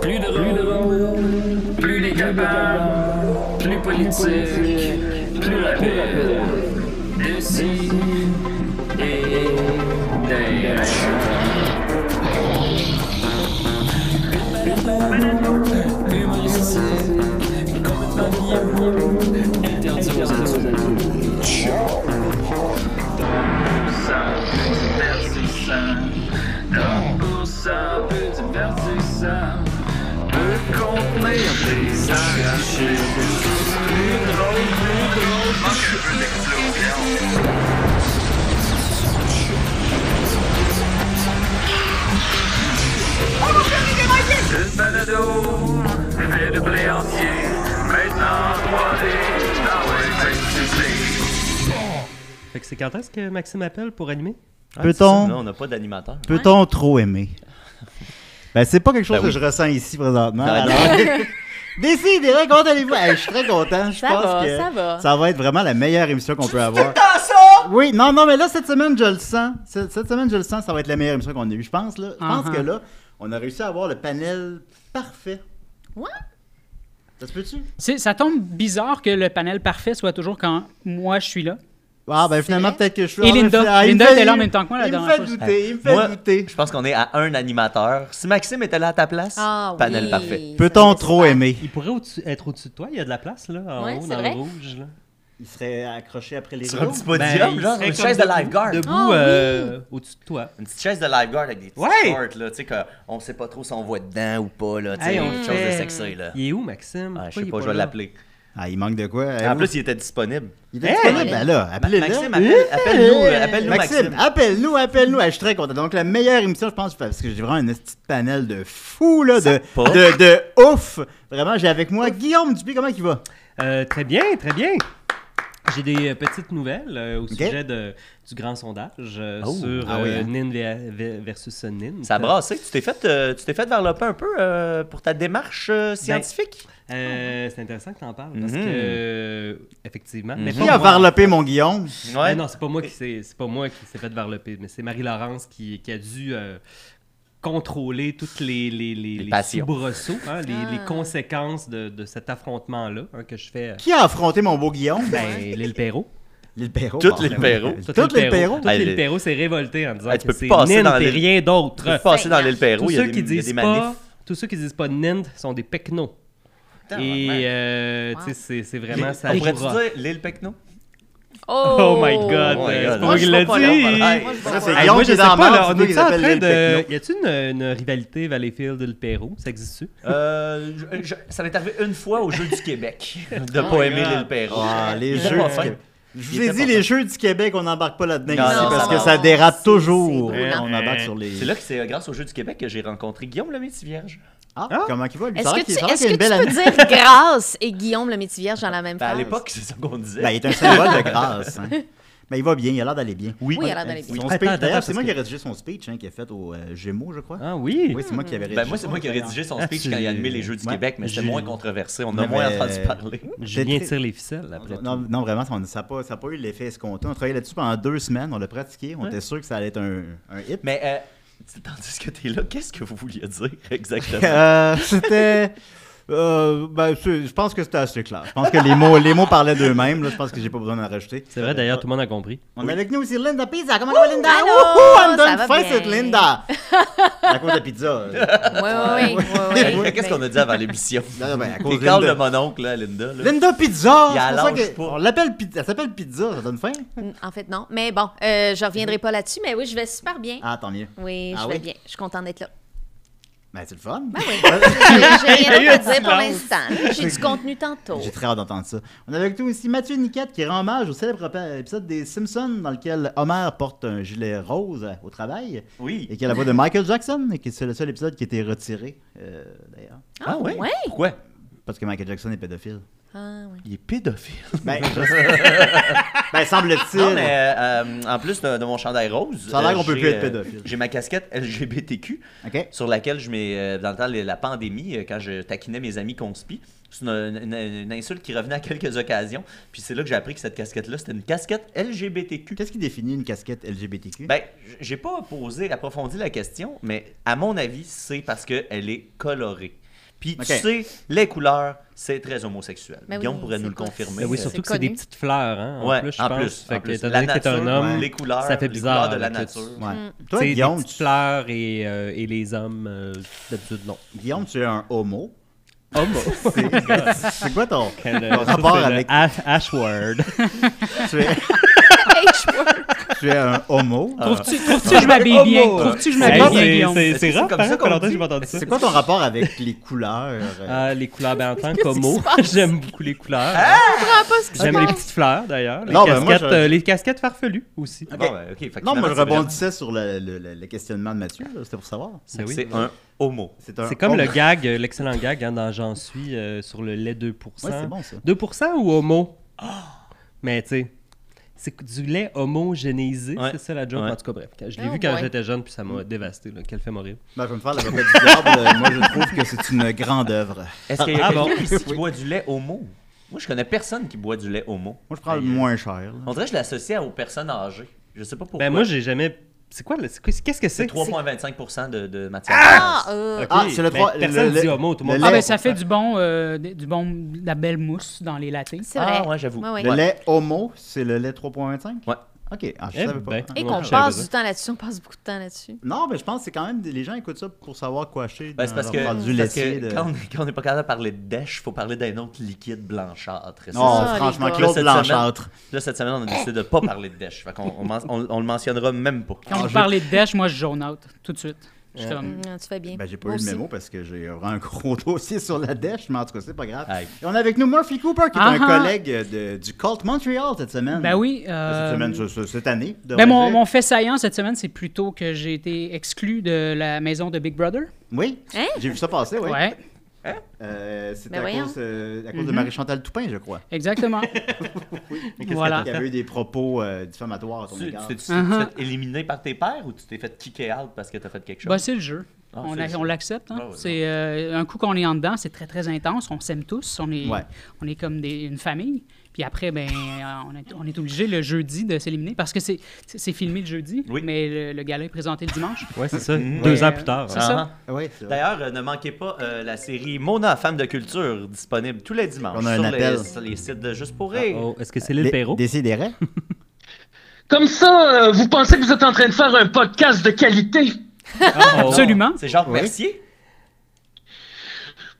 Plus de Ben, rôle, plus décapable, plus politique, plus rapide. D'ici et d'ailleurs. Humoristique, complètement interdit aux adultes. divertissant. Donc pour ça, peu divertissant. Peut contenir des arachides. Plus drôle, plus drôle. Manque un peu d'explosion. Une balado fait de blé entier. Maintenant 3D dans le Fait que c'est quand est-ce que Maxime appelle pour animer? Ah, Peut-on- c'est ça, Là, on n'a pas d'animateur. Peut-on trop aimer? Ben, c'est pas quelque chose Ben que oui. je ressens ici présentement. Ben non. alors- Décidez, comment allez-vous? Hey, je suis très content. Je Ça pense va, que ça va. être vraiment la meilleure émission qu'on peut avoir. Oui, non, non, mais là, cette semaine, je le sens. Cette, cette semaine, je le sens, ça va être la meilleure émission qu'on a eue. Je pense, là, je pense Uh-huh. que là, on a réussi à avoir le panel parfait. Ouais. Ça se peut-tu? C'est- Ça tombe bizarre que le panel parfait soit toujours quand moi je suis là. Ah, ben finalement, peut-être que je suis Et ah, mais Linda. fi- ah, il Linda me fait- était là en même temps que moi la Il me dernière fait fois. douter, il me Moi, fait douter. Je pense qu'on est à un animateur. Si Maxime était là à ta place, Ah, panel oui, parfait. ça Peut-on serait trop super. aimer? Il pourrait au-dessus- être au-dessus de toi, il y a de la place là, en Ouais, haut, c'est dans vrai. le rouge. Là. Il serait accroché après les Sur un roues. petit Ben, podium, il genre, serait une comme chaise de debout- lifeguard. Debout Ah, oui. euh, au-dessus de toi. Une petite chaise de lifeguard avec des petits Ouais. shorts, là, tu sais, qu'on sait pas trop si on voit dedans ou pas, là, tu sais, Hey, on quelque chose fait- de sexy, là. Il est où, Maxime? Ah, Pourquoi je sais il est pas, je vais là? l'appeler. Ah, il manque de quoi? En plus, il était disponible. il est disponible. Ben là, Ma- appelez-le. Maxime, appelle- appelle-nous, euh, appelle-nous Maxime, Maxime. appelle-nous, appelle-nous. Ah, Je suis très content. Donc, la meilleure émission, je pense, parce que j'ai vraiment un petit panel de fous, là, de, pas. de, de ouf. Vraiment, j'ai avec moi Guillaume Dupuis. Comment il va? Euh, très bien, très bien. J'ai des euh, petites nouvelles euh, au sujet de, du grand sondage euh, Oh, sur ah oui, euh, hein. Nin ve- ve- versus Nin. Ça a brassé. Tu t'es fait, euh, tu t'es fait varloper un peu euh, pour ta démarche Ben, euh, scientifique. Euh, c'est intéressant que t'en parles parce Mhm. que euh, effectivement. mais Qui pas moi. a varlopé mon Guillaume? Ben ouais. non, c'est pas moi qui s'est, c'est pas moi qui s'est fait varloper, mais c'est Marie Laurence qui, qui a dû euh, contrôler toutes les les les, les passions. soubresauts, hein, les, Ah. les conséquences de, de cet affrontement là que je fais. euh, Qui a affronté mon beau Guillaume? Ben, l'île Perrault. L'île Perrault. Toutes Bon, les ben, Perrault. Toutes Toutes les Perrault. Tout Hey, l'île le- Perrault s'est révolté en disant Hey, tu que peux c'est passer Nint dans et les- rien d'autre. Tu passes dans l'île Perrault, Tous il y a ceux des, qui il y a disent des pas, manifs. tous ceux qui disent pas Nint sont des pecnos. Et euh, Wow. tu sais, c'est- c'est vraiment ça. On pourrait-tu bourra. dire l'île Pecno? Oh, Oh my god, Oh euh, my God. c'est pas Moi, moi je qui l'ai serai pas là, voilà. dit. Moi, je Ça, vais c'est voir. Hey, Guillaume moi, qui je est sais dans la pas, merde, là, c'est on toi qui est en l'appelles train le de. techno. Y a-t-il une, une rivalité Valleyfield le Pérou Ça existe-tu Euh, je- je- ça m'est arrivé une fois au jeu du Québec de Oh pas aimer l'île Perrault. Ah, les Il était jeux pas du fin. Québec. Je vous Il ai était dit, pas les fin. Jeux du Québec, on n'embarque pas là-dedans Non, ici non, parce ça que va. ça dérape C'est- toujours. c'est brûlant. On embarque sur les. C'est là que c'est euh, grâce au jeu du Québec que j'ai rencontré Guillaume le métier vierge. Ah, Hein? comment il va? Lui, ça Est-ce a que tu, l'air qu'il- ça a l'air est-ce qu'il a que une tu belle peux année. dire grâce et Guillaume le métier vierge dans la même Ben, phrase? à l'époque, c'est ça qu'on disait. Ben, il est un symbole de grâce. hein. Mais il va bien, il a l'air d'aller bien. Oui, il a l'air d'aller bien. Son Attends, speech- attends, d'ailleurs, parce c'est moi que- qui ai rédigé son speech hein, qui est fait au euh, Gémeaux, je crois. Ah oui. Oui, c'est moi qui avais rédigé. Ben, moi, c'est moi qui ai rédigé son speech tu- quand il a animé les Jeux du Ouais. Québec, mais c'est J'ai- moins controversé. On en Mais- euh, a moins entendu parler. Julien J'ai- tire les ficelles après. Non, tout. non, vraiment, ça n'a pas, ça a pas eu l'effet escompté. On travaillait là-dessus pendant deux semaines, on l'a pratiqué, on était sûr que ça allait être un, un hit. Mais euh, t- tandis que t'es là, qu'est-ce que vous vouliez dire exactement? Euh, C'était. euh, ben, c'est- je pense que c'était assez clair. Je pense que les mots, les mots parlaient d'eux-mêmes. là. Je pense que j'ai pas besoin d'en rajouter. C'est vrai, d'ailleurs, tout le monde a compris. On est avec nous aussi Linda Pizza. Comment ça va, Linda? allô, Wouhou! Elle ça me donne va faim, bien. cette Linda! À cause de la pizza. euh. Oui, oui, oui. oui, oui. Qu'est-ce qu'on a dit avant l'émission? Non, non, ben, à cause T'es de calme Linda. de mon oncle, là, Linda. là. Linda Pizza! Il a c'est pour ça lâche que- pas. On l'appelle pizza. Elle s'appelle pizza, ça donne faim? En fait, non. Mais bon, euh, je reviendrai pas là-dessus, mais oui, je vais super bien. Ah, tant mieux. Oui, je Ah vais oui? bien. Je suis contente d'être là. Ben, c'est le fun. Ben oui. J'ai- J'ai rien d'autre à dire pour l'instant. J'ai du contenu tantôt. J'ai très hâte d'entendre ça. On a avec nous aussi Mathieu Niquette qui rend hommage au célèbre ép- épisode des Simpsons dans lequel Homer porte un gilet rose euh, au travail Oui. et qui a la voix de Michael Jackson et qui c'est le seul épisode qui a été retiré euh, d'ailleurs Ah ouais? ouais? Pourquoi? parce que Michael Jackson est pédophile. Ah, oui. Il est pédophile. Ben, ben, semble-t-il. Non, mais euh, euh, en plus de, de mon chandail rose. Ça a l'air euh, qu'on peut j'ai, plus être euh, pédophile. J'ai ma casquette LGBTQ OK. sur laquelle je mets, euh, dans le temps de la pandémie, euh, quand je taquinais mes amis conspi. C'est une, une- une insulte qui revenait à quelques occasions. Puis c'est là que j'ai appris que cette casquette-là, c'était une casquette LGBTQ. Qu'est-ce qui définit une casquette LGBTQ Ben, j- j'ai pas posé, approfondi la question, mais à mon avis, c'est parce qu'elle est colorée. Puis Ok. tu sais, les couleurs, c'est très homosexuel. Mais oui, Guillaume pourrait nous le c'est pas- confirmer. Mais Ben oui, Euh, surtout c'est que c'est des connu. petites fleurs, hein, en ouais, plus, je en pense. plus, fait en que, plus. étant La donné que t'es un nature, homme, les couleurs, ça fait les bizarre. couleurs de la là, que tu- nature. Ouais. Mm. Toi, Tu sais, Guillaume, les petites tu- fleurs et, euh, et les hommes, euh, d'habitude, non. Guillaume, tu es un homo. Homo! euh, C'est quoi ton Quel, euh, ton ça, rapport c'est le avec. Ash- Ashword. Tu es, tu es un homo. Trouves-tu trouves-tu que je m'habille bien? Homo. Trouves-tu que je m'habille Hey, bien, c'est- Guillaume? c'est- C'est Est-ce que rare, par c'est comme ça exemple, qu'on longtemps que dit? j'ai pas entendu ça. C'est quoi ton rapport avec les couleurs euh, Ah, les couleurs, ben en tant Qu'est-ce qui qu'homo, se passe? j'aime beaucoup les couleurs. Ah! Je comprends pas ce qui se J'aime les passe. petites fleurs d'ailleurs. Les, Non, ben, casquettes, moi, je- euh, les casquettes farfelues aussi. Bon, ben, ok, fait que Non, finalement, moi, je c'est vrai. rebondissais sur le, le- le- le questionnement de Mathieu. là, C'était pour savoir. Ben oui. C'est un homo. C'est C'est comme le homo. gag, euh, l'excellent gag hein, dans J'en suis euh, sur le lait 2%. Ouais, c'est bon, ça. 2% ou homo Mais tu sais, c'est du lait homogénéisé, Ouais. c'est ça la joke Ouais. En tout cas, bref. Je l'ai Oh vu quand boy. j'étais jeune, puis ça m'a dévasté. là. Quel film horrible. Ben, je vais me faire l'avocat du diable. euh, Moi, je trouve que c'est une grande œuvre. Est-ce qu'il y a Ah, bon. quelqu'un ici qui boit du lait homo? Moi, je connais personne qui boit du lait homo. Moi, je prends le moins cher. là. On dirait que je l'associe aux personnes âgées. Je sais pas pourquoi. Ben moi, j'ai jamais. C'est quoi le- c'est quoi- Qu'est-ce que c'est c'est 3,25% de, de matière Ah, grasse. euh, Ok, Ah, c'est le ben, trois- Personne le- le- dit homo, tout le monde le dit Ah, ben lait. ça fait du bon, euh, des- du bon, de la belle mousse dans les latés. c'est vrai. Ah, ouais, j'avoue. Ouais, ouais. Le lait homo, c'est le lait 3.25? Ouais. OK. Ah, je Eh savais pas. ben. Et Ouais, qu'on je savais passe pas. du temps là-dessus, on passe beaucoup de temps là-dessus. Non, mais je pense que c'est quand même... des- Les gens écoutent ça pour savoir quoi acheter. Ben, c'est dans parce que, leur produit parce que laitier de- quand, on- quand on n'est pas capable de parler de dèche, il faut parler d'un autre liquide blanchâtre. Et ça, Non, ça, franchement, les gars. Claude Cette Blanchâtre. Là, cette semaine, on a décidé de ne pas parler de dèche. Fait qu'on on, men- on- on le mentionnera même pas. Ah, Quand vous parlez de dèche, moi, je jaune out, tout de suite. Je suis comme- Mm, Tu fais bien. Ben, j'ai pas Moi eu le aussi. mémo parce que j'ai vraiment un gros dossier sur la dèche, mais en tout cas, c'est pas grave. Aïe. Et on a avec nous Murphy Cooper, qui est Ah. un Ah-ha. collègue de- du Colt Montreal cette semaine. Ben oui. Cette euh, semaine, ce- ce- cette année. ben devrais-je mon, dire. mon fait saillant cette semaine, c'est plutôt que j'ai été exclu de la maison de Big Brother. Oui, Hein? j'ai vu ça passer, oui. Ouais, Hein? Euh, C'était Ben à, voyons. cause, euh, à cause de Marie-Chantal Toupin, je crois. exactement. voilà. Il y avait eu des propos euh, diffamatoires à ton Tu tu égard. t'es tu t'es Uh-huh. fait éliminer par tes pères ou tu t'es fait kicker out parce que t'as fait quelque chose? Bah, c'est le jeu. Ah, on c'est a- le jeu. on l'accepte. hein. Ah ouais, c'est euh, un coup qu'on est en dedans, c'est très très intense. On s'aime tous. On est, Ouais. on est comme des- une famille. Puis après, ben, euh, on est, on est obligé le jeudi de s'éliminer parce que c'est c'est- c'est filmé le jeudi, Oui. mais le, le gala est présenté le dimanche. Ouais, c'est ça. Deux Ouais. ans plus tard. C'est Ah, ça. ah. Ah oui, c'est vrai. D'ailleurs, euh, ne manquez pas euh, la série Mona, femme de culture, disponible tous les dimanches On a un sur, appel. les, sur les sites de Juste pour rire. Oh, Est-ce que c'est l'île Des- Perrault? Décidérez. Comme ça, euh, vous pensez que vous êtes en train de faire un podcast de qualité? Ah, oh. Absolument. C'est Jacques Oui. Mercier?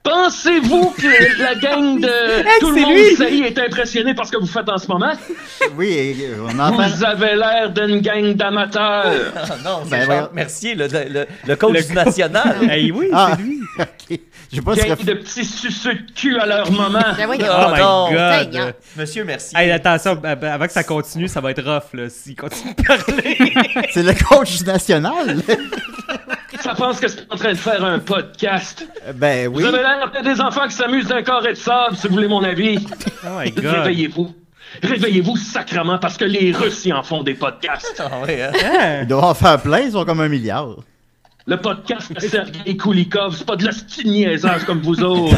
Pensez-vous que la gang Eh, de Tout le c'est monde lui! sait est impressionné par ce que vous faites en ce moment? oui, et- euh, on a Vous avez l'air d'une gang d'amateurs. Ah non, c'est Ben, Jacques voyons. Mercier, le, le, le- le coach Le du coach. national. Hey, oui, Ah, c'est lui. ok. Je sais pas si Gang ref- de petits suceux de cul à leur moment. Ben voyons. Ah, Oh my non. god. Seigneur. Monsieur Mercier. Hey, attention, ab- avant que ça continue, ça va être rough, là, s'il continue de parler. c'est le coach national. Ça pense que c'est en train de faire un podcast. Euh, ben oui. Vous avez l'air d'être des enfants qui s'amusent d'un corps et de sable, si vous voulez mon avis. oh my god. Réveillez-vous. Réveillez-vous sacrement parce que les Russes y en font des podcasts. Ah oui, hein? Ils doivent en faire plein, ils sont comme un milliard. Le podcast de Sergei Koulikov, c'est pas de la petite niaisage comme vous autres.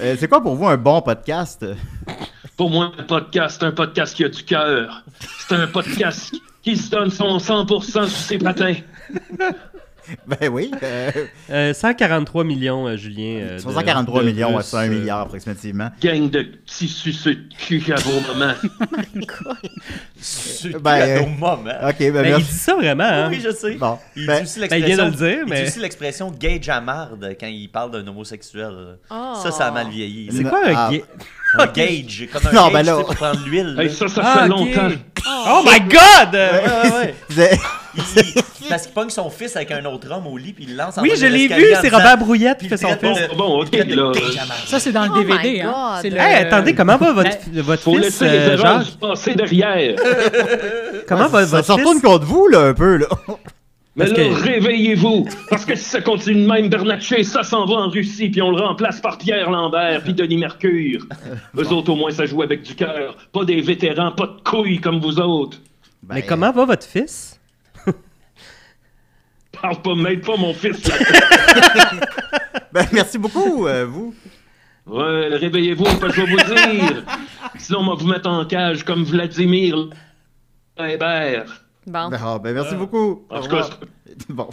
Euh, c'est quoi pour vous un bon podcast? Euh, Pour moi, un podcast, c'est un podcast qui a du cœur. C'est un podcast qui se donne son 100% sur ses patins. Ben oui. euh, Euh, 143 millions, euh, Julien. euh, de- 343 de millions, ouais, plus, c'est un euh, milliard approximativement. Gang de petits suceux de cul à vos moments. C'est Ben, à nos euh, moments. Ok, ben, Ben, il dit merci. ça vraiment, hein? Oui, je sais. Bon, Il ben, dit aussi ben, il vient de l'expression le dire, il dit mais- aussi l'expression gay jamarde quand il parle d'un homosexuel. Oh. Ça, Ah. ça a mal vieilli. C'est C'est quoi un Ah. gay? un gauge, comme un Non, gauge ben là- tu sais, pour prendre l'huile. Hey, là. ça, ça Ah, fait ok. longtemps. Oh my god! Ouais, ouais, ouais. vous avez- Il- il- parce qu'il pogne son fils avec un autre homme au lit, puis il le lance en Oui, bas de je l'ai l'escalier vu, en c'est disant- Robert Brouillette qui Puis fait son le traite fils. de- Bon, bon, ok, il traite de là. euh, gay jamarde. Ça, c'est dans le Oh my DVD. hein. God. C'est le- Hey, attendez, comment va votre, fi- votre Faut fils, laisser les euh, erreurs Jacques? se passer derrière. Comment va Ça votre se retourne fils? contre vous, là, un peu, là. Mais Parce là, que- réveillez-vous! Parce que si ça continue de même, Bernatchez, ça s'en va en Russie, puis on le remplace par Pierre Lambert, puis Denis Mercure. Eux autres, au moins, ça joue avec du cœur. Pas des vétérans, pas de couilles comme vous autres. Ben, Mais comment va votre fils? Parle pas, m'aide pas, mon fils. là. Ben, merci beaucoup, euh, vous. Ouais, réveillez-vous, parce que je vais vous dire. Sinon, on va vous mettre en cage comme Vladimir Hébert. Bon. Ah, ben, Euh. merci beaucoup. En Au tout cas, revoir. Bon.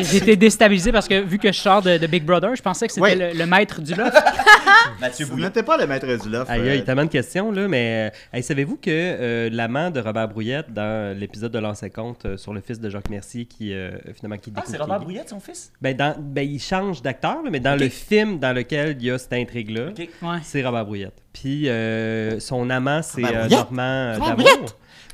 J'étais déstabilisé parce que vu que je sors de, de Big Brother, je pensais que c'était Ouais. le, le maître du loft. Mathieu Vous Boulet. n'êtes pas le maître du loft. Aïe, euh, aïe, tellement de questions, là, mais euh, hey, savez-vous que euh, l'amant de Robert Brouillette, dans l'épisode de l'an 50 euh, sur le fils de Jacques Mercier, qui euh, finalement qui Ah, découvre c'est qu'il est Robert gay, Brouillette, son fils? ben, dans- ben, il change d'acteur, là, mais dans Ok. le film dans lequel il y a cette intrigue-là, Ok. Ouais. c'est Robert Brouillette. Puis euh, son amant, c'est Robert euh, Brouillette? Normand euh, Robert Davron.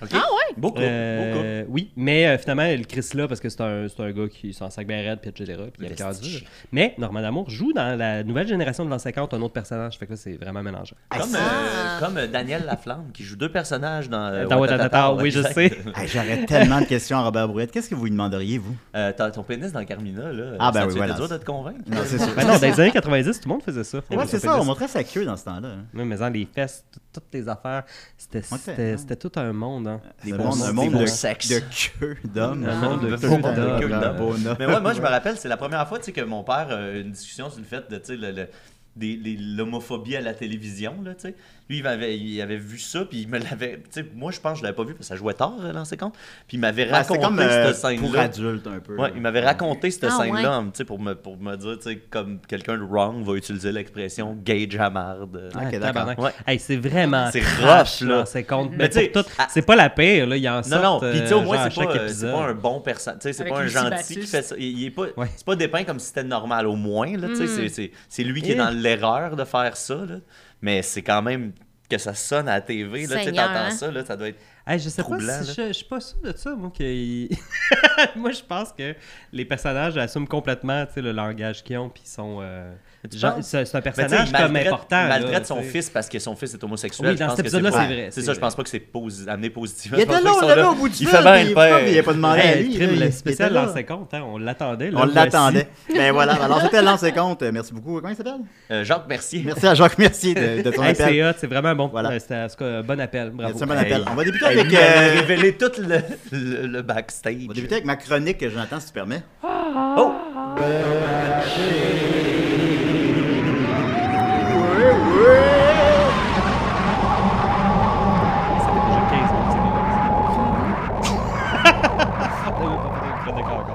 Ok. Ah ouais? Beau couple, beau couple. Euh, oui, mais euh, finalement, le Chris là, parce que c'est un, c'est un gars qui s'en sac bien raide, puis etc. Puis il a Vestiche. perdu. Mais Normand D'Amour joue dans la nouvelle génération de l'an 50 un autre personnage. Fait que là, c'est vraiment mélangeant. Comme, Ah. euh, comme euh, Daniel Laflamme, qui joue deux personnages dans... euh, Dans Watatata, oui, je exact. sais. Hey, J'aurais tellement de questions à Robert Brouillette. Qu'est-ce que vous lui demanderiez, vous? Euh, t'as ton pénis dans Carmina, là. Ah, ben ça oui, tu voilà. dur de te convaincre. Non, c'est sûr. Ben non, dans les années 90, tout le monde faisait ça. Ouais, c'est ça, on montrait sa queue dans ce temps-là. hein. Oui, mais dans les fesses, tout- toutes les affaires, c'était Ouais, c'était- hein. c'était tout un monde. hein. C'est bons- un des monde bons de, sexes. de queue d'homme. Un monde de Tout queue le temps d'homme. queue d'homme. Queue Bon homme. Mais ouais, moi, je me rappelle, c'est la première fois tu sais, que mon père a eu une discussion sur le fait de tu sais, le- le- des- les- l'homophobie à la télévision. Là, tu sais. Lui, il m'avait- il avait, vu ça, puis il me l'avait. tu sais, Moi, je pense que je l'avais pas vu, parce que ça jouait tard, euh, l'an 50. Puis il m'avait Ah, C'est raconté comme euh, cette pour scène-là. adulte un peu. Ouais, il m'avait raconté cette Ah, scène-là tu sais, pour, me, pour me dire, tu sais, comme quelqu'un de wrong va utiliser l'expression gay jamarde. Ok, Ah, d'accord. tabarnak. Ouais. Hey, c'est vraiment C'est trash, rough, là. là. C'est contre- Mais Mais tu sais, pour tout, à- c'est pas la pire, là. Ben, Il en Non, sort. non, puis tu sais, au euh, genre moins, à c'est pas, chaque euh, c'est pas un épisode. bon personnage. Tu sais, c'est Avec pas un Lucie gentil qui Baptiste. fait ça. Il, il est pas, Ouais. C'est pas dépeint comme si c'était normal, au moins. là, tu Mm. sais, c'est- c'est- C'est lui qui est Eh. dans l'erreur de faire ça. là. Mais c'est quand même que ça sonne à la TV. Là, tu sais, Seigneur, t'entends hein. ça, là, ça doit être. Hey, je sais troublant, pas si je, je suis pas sûr de ça, moi. Que... moi, je pense que les personnages assument complètement tu sais, le langage qu'ils ont, puis ils sont. euh, Tu genre, penses? C'est c'est un Mais tu sais, personnage comme malgré- important. Malgré là, de son tu sais. fils, parce que son fils est homosexuel. Oui, je dans pense cet que épisode-là, pas- c'est vrai, C'est c'est ça, je vrai. pense pas que c'est posi- amené positivement. Il Je pense était pas qu'ils là, on sont l'avait au bout du Il fil. fait bien puis le pourquoi Il a père. pas demandé à Hey, lui. crime, là, il- le il spécial était là. l'an 50, hein, on l'attendait. le On voici. l'attendait. Ben voilà, alors c'était l'an 50. Euh, Merci beaucoup. Comment il s'appelle? Euh, Jacques Mercier. Merci à Jacques Mercier de, de ton Hey, appel. c'est hot, c'est vraiment bon. Voilà. Euh, C'était en tout cas, un bon appel. Bravo. C'est un bon Hey, appel. On va débuter Hey, avec, il a euh, révélé tout le, le- le backstage. on va débuter avec ma chronique que j'entends, si tu permets. Oh! ça fait déjà 15 minutes, c'est bon. On avait pas fait de chronique encore.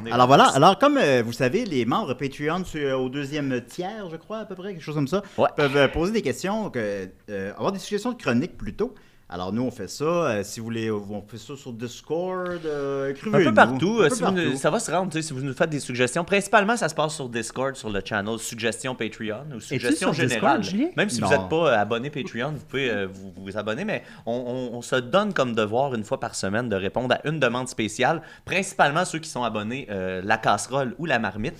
On est- Alors voilà, alors comme euh, vous savez, les membres Patreon sur- euh, au deuxième tiers, je crois, à peu près, quelque chose comme ça, Ouais. peuvent euh, poser des questions, que, euh, avoir des suggestions de chroniques plutôt. Alors nous, on fait ça, euh, si vous voulez, on fait ça sur Discord, euh, Un écrivez-nous. peu partout, Un euh, peu si vous nous- partout. ça va se rendre, tu sais, si vous nous faites des suggestions. Principalement, ça se passe sur Discord, sur le channel Suggestions Patreon ou Suggestions sur Discord, Générales. Julien? Même si Non. vous n'êtes pas euh, abonné Patreon, vous pouvez euh, vous, vous abonner, mais on, on- on se donne comme devoir une fois par semaine de répondre à une demande spéciale, principalement ceux qui sont abonnés euh, la casserole ou la marmite.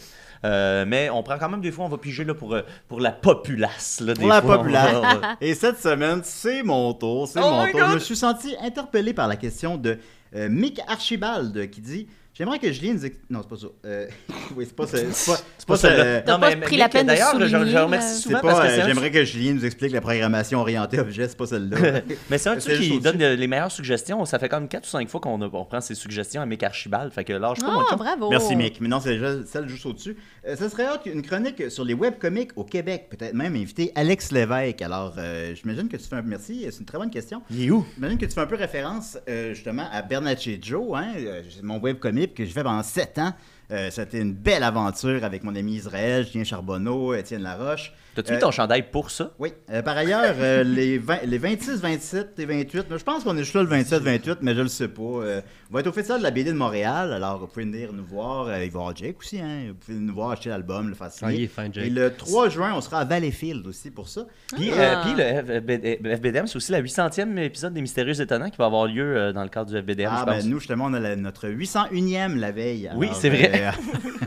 Euh, mais on prend quand même des fois, on va piger là, pour, euh, pour la populace. là, des Pour la fois, on populace. va- euh. ouais. Et cette semaine, c'est mon tour, c'est Oh mon my tour. God! Je me suis senti interpellé par la question de euh, Mick Archibald qui dit J'aimerais que Julien nous ex- Non, c'est pas ça. Euh, oui, c'est pas ça. C'est pas, c'est pas Pas celle-là. ça. T'as Non, pas mais- pris mais la peine de D'ailleurs, là, je- je souligner, remercie là. C'est souvent parce pas. que euh, c'est un- J'aimerais que Julien nous explique la programmation orientée objet, c'est pas celle-là. Mais c'est un truc C'est juste qui au-dessus. donne euh, les meilleures suggestions. Ça fait comme 4 ou 5 fois qu'on a- on prend ses suggestions à Mick Archibald. Fait que lâche pas, mon Oh, chum. bravo. Merci Mick. Mais non, c'est juste- celle juste au-dessus. Euh, ça serait hot une chronique sur les webcomics au Québec. Peut-être même inviter Alex Lévesque. Alors, euh, j'imagine que tu fais un. Merci, euh, c'est une très bonne question. Il est où? J'imagine que tu fais un peu référence euh, justement à Bernatchez Joe, hein, euh, c'est mon webcomic que j'ai fait pendant 7 ans. Euh, C'était une belle aventure avec mon ami Israël, Julien Charbonneau, Étienne Laroche. T'as-tu Euh, mis ton chandail pour ça? Oui. Euh, par ailleurs, euh, les, 20 les 26, 27 et 28, mais je pense qu'on est juste là le 27, 28, mais je le sais pas. Euh, on va être au festival de la BD de Montréal, alors vous pouvez venir nous voir. Euh, il va y avoir Jake aussi, hein. Vous pouvez nous voir acheter l'album, le fasciner. Ah, il est fin, Jake. Et le 3 juin, on sera à Valleyfield aussi pour ça. Puis, Ah. euh, puis le FBD FBDM, c'est aussi la 800e épisode des Mystérieux Étonnants qui va avoir lieu euh, dans le cadre du FBDM, Ah, je ben pense. nous, justement, on a la- notre 801e la veille. Oui, Alors, c'est vrai. euh,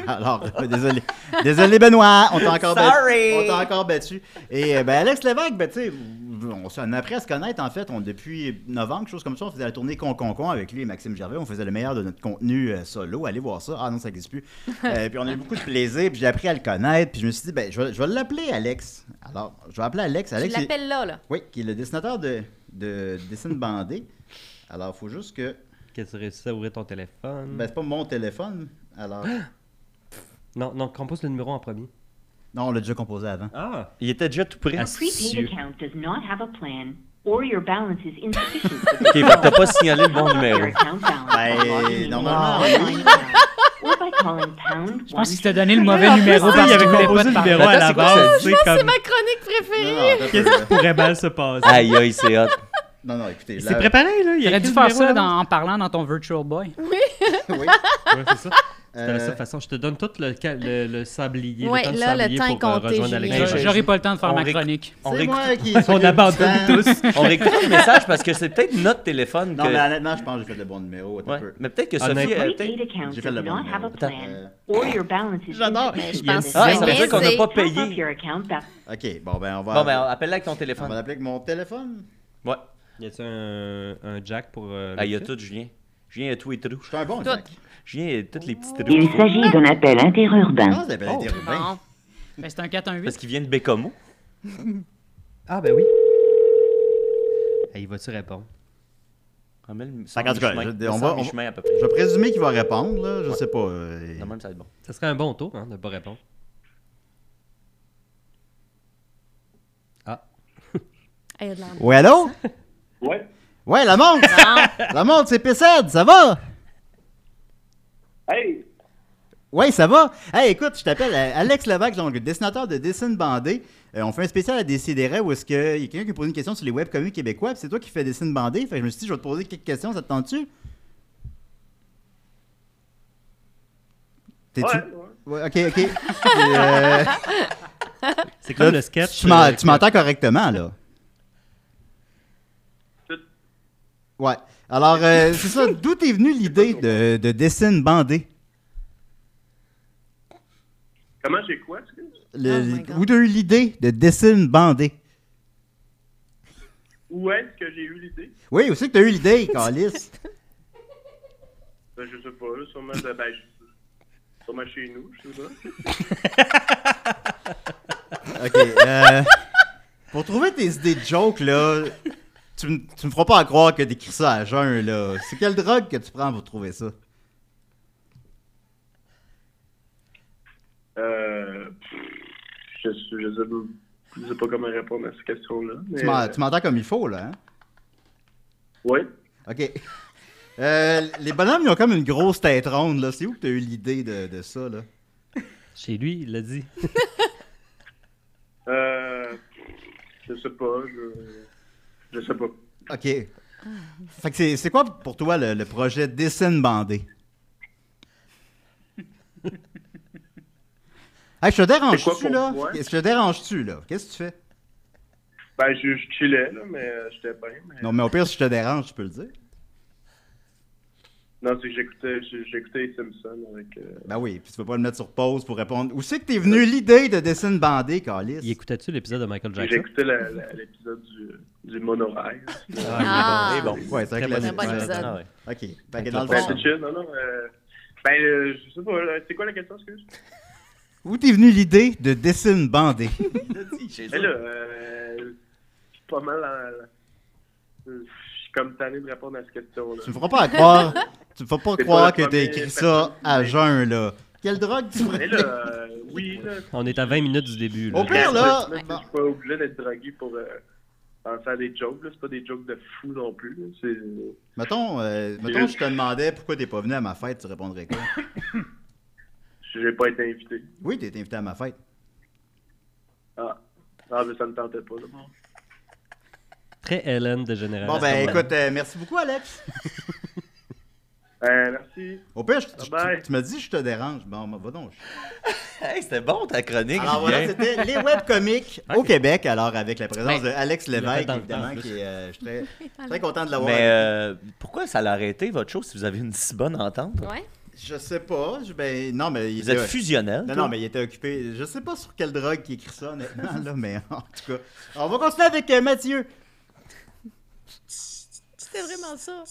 alors, euh, désolé. Désolé, Benoît. On t'a encore battu. Sorry. On t'a encore battu. Et euh, ben, Alex Lévesque, ben, tu sais, on s'en a appris à se connaître, en fait. On, depuis novembre, quelque chose comme ça, on faisait la tournée Con Con Con avec lui et Maxime Gervais. On faisait le meilleur de notre contenu euh, solo. Allez voir ça. Ah non, ça n'existe plus. Euh, puis on a eu beaucoup de plaisir. Puis j'ai appris à le connaître. Puis je me suis dit, ben, je vais, je vais l'appeler Alex. Alors, je vais appeler Alex. Tu Alex, il- l'appelles là, là. oui, qui est le dessinateur de, de dessins bandés. Alors, il faut juste que. Que tu réussisses à ouvrir ton téléphone. Ben, c'est pas mon téléphone. Alors. Non, non, compose le numéro en premier. Non, on l'a déjà composé avant. Ah! Il était déjà tout prêt. Prepaid account does not have a plan. or your balance is insufficient. OK, bah, t'as pas signalé le bon numéro. Your account balance. Ben, normalement. by calling pound Or by calling pound Je pense one qu'il t'a donné le mauvais numéro Ah, parce Il qu'il avait voulait pas composé te le parler. numéro à la Attends, c'est base. quoi ça? tu sais, C'est comme ma chronique préférée. Non, non, attends, Qu'est-ce qui pourrait mal se passer? Aïe, aïe, c'est hot. Non, non, écoutez, Il là- s'est préparé, là. Il Il a aurait dû écrit faire le numéro ça à dans- en parlant dans ton Virtual Boy. oui. Ouais, c'est ça. C'est de Euh, la seule façon. Je te donne tout le, ca- le, le sablier. Ouais, le temps de là, le sablier temps est pour euh, compté, rejoindre Julien. Alexandre. je- J'aurais pas le temps de faire on ma réc- chronique. On, C'est réécoute- moi qui. On abandonne tous. on réécoute le message parce que c'est peut-être notre téléphone que... Non, mais honnêtement, je pense que j'ai fait le bon numéro. attends un Ouais, peu. mais peut-être que Sophie... Honnêtement. euh, Prepaid peut-être- accounts J'ai fait does le bon not have a numéro. Euh, plan, or your balance is J'adore. Mais je insufficient. pense Ah, Ah, que ça veut dire c'est qu'on n'a pas baisé. Top up payé. your account balance. Ok, bon, ben, on va. Bon, ben, appelle-la avec ton on va téléphone. l'appeler avec mon téléphone. Ouais. Y a-tu un, un jack pour. euh, Ah, il y a le tout, Julien. Julien a tout et tout. Je suis un bon Jack. Julien a toutes les petits trous. Il s'agit d'un appel interurbain. Ah, c'est bien interurbain. Bon. Ben, c'est un 418. Parce qu'il vient de Bécomo. Ah, ben oui. Eh, il va-tu répondre? On met le Fait qu'en tout cas, mi-chemin. je- Le on va- on- mi-chemin à peu près. Je vais présumer qu'il va répondre, là. Je sais pas. euh, Non, même ça va être bon. Ça serait un bon tour, hein, de pas répondre. Ah. Hey, il y a de l'ambiance. Ouais, allô? Ouais. Ouais, la montre! la montre, c'est P7, ça va? Hey! Ouais, ça va. Hey, écoute, je t'appelle euh, Alex Levac, donc le dessinateur de dessins bandés. Euh, on fait un spécial à Décideret où est-ce que il y a quelqu'un qui pose une question sur les webcomics québécois, puis c'est toi qui fais dessins bandés. Fait que je me suis dit, je vais te poser quelques questions, ça te tente-tu? T'es-tu? Ouais, Ouais, ok, ok. Puis, euh, C'est comme là, le sketch. tu m'en- euh, Tu m'entends correctement, là? Ouais. Alors, euh, c'est ça. D'où est venue l'idée de, de dessins bandés? Comment j'ai quoi? excuse? Ah, Le- Oh my God. où t'as eu l'idée de dessins bandés? Où est-ce que j'ai eu l'idée? Oui, aussi que t'as eu l'idée, Calis. Ben, je sais pas, là, sûrement, de- ben, je- sûrement chez nous, je sais pas. OK. euh, pour trouver tes idées de joke, là, tu, me- tu me feras pas à croire que t'écris ça à jeun, là. C'est quelle drogue que tu prends pour trouver ça? Euh, pff, je, sais- je, sais, pas- je sais pas comment répondre à cette question-là. mais- euh, Tu euh, m'en- tu m'entends comme il faut, là, hein? Oui. OK. Euh, les bonhommes, ils ont comme une grosse tête ronde, là. C'est où que t'as eu l'idée de, de ça, là? Chez lui, il l'a dit. Euh, je sais pas, je, je sais pas. OK. Fait que c'est c'est quoi pour toi le, le projet Dessine bandé? hey, je te C'est dérange-tu, quoi là? pour moi? Je te dérange-tu, là? Qu'est-ce que tu fais? Ben, je, je chillais, là, mais euh, j'étais bien. Mais... Non, mais au pire, si je te dérange, tu peux le dire. Non, c'est que j'écoutais, j'- j'écoutais les Simpsons avec. euh, Ben oui, puis tu peux pas le mettre sur pause pour répondre. Où c'est que t'es venu l'idée de dessine bandé, Calis? Il écoutait-tu l'épisode de Michael Jackson? j'écoutais la- la- l'épisode du, du monorail. Ah. C'est bon. Ouais, c'est vrai Très que la- bon bon ouais. épisode. Ah ouais. Ok. Fait que dans le Ben, fond, c'est chill, non, non. euh, ben, euh, je sais pas, là, c'est quoi la question, excuse? où t'es venu l'idée de dessine bandé? Mais là, euh, je suis pas mal en- euh, Je suis comme tanné de répondre à cette question-là. tu me feras pas à croire. Tu me feras pas pas croire la que t'as première écrit personne ça qui à m'a- jeun, là. Quelle drogue tu Mais prenais? là, euh, oui, là. On est à 20 minutes du début. Là. Au pire, là. Je suis bon. pas obligé d'être dragué pour euh, penser à des jokes, là. C'est pas des jokes de fou non plus. là, C'est. Mettons, euh, mettons, je te demandais pourquoi t'es pas venu à ma fête, tu répondrais quoi? J'ai pas été invité. Oui, t'es invité à ma fête. Ah. Ah, mais ça me tentait pas, là. Très Hélène de Général. Bon, ben écoute, euh, merci beaucoup, Alex. Euh, merci. Au pire, je- tu, Bye. tu- tu me dis, je te dérange. Bon, va donc. Hey, c'était bon ta chronique, Alors voilà, Julien. c'était les webcomics au Québec, alors avec la Ben, présence de Alex l'a fait Lévesque, dans le temps, en évidemment, plus. qui est euh, je suis très, très content de l'avoir. Mais euh, pourquoi ça l'a arrêté, votre show, si vous avez une si bonne entente? Ouais. Je sais pas, je- ben, non, mais il Vous était- êtes fusionnel. Non, toi? non, mais il était occupé. Je sais pas sur quelle drogue qui écrit ça, honnêtement, là, mais en tout cas. On va continuer avec euh, Mathieu. C'était vraiment ça.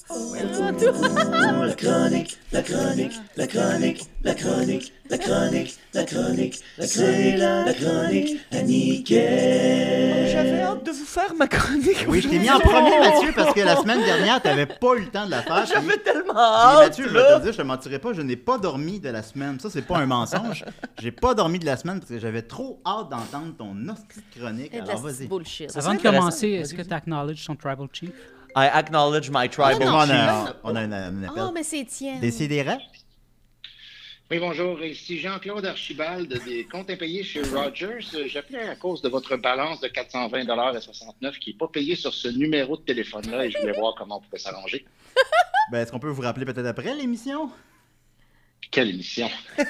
J'avais hâte de vous faire ma chronique. Eh Oui, je t'ai mis en premier, Mathieu, parce que la semaine dernière, t'avais pas eu le temps de la faire. J'avais Puis- tellement puis hâte. Mathieu, je vais là. te dire, je te mentirai pas, je n'ai pas dormi de la semaine. Ça, c'est pas un mensonge. J'ai pas dormi de la semaine parce que j'avais trop hâte d'entendre ton hostie de chronique. Et de la Alors, petite vas-y. bullshit. Ça- Avant de c'est intéressant. commencer, est-ce que Vas-y. tu acknowledges son tribal chief? I acknowledge my tribal Bon, on chief. a, on a une- un appel. Oh, mais c'est tien. Décidérez. Oui, bonjour. Ici Jean-Claude Archibald des comptes impayés chez Rogers. Euh, J'appelais à cause de votre balance de 420 à 69 qui n'est pas payée sur ce numéro de téléphone-là et je voulais voir comment on pouvait s'arranger. Ben, est-ce qu'on peut vous rappeler peut-être après l'émission? Quelle émission! Euh,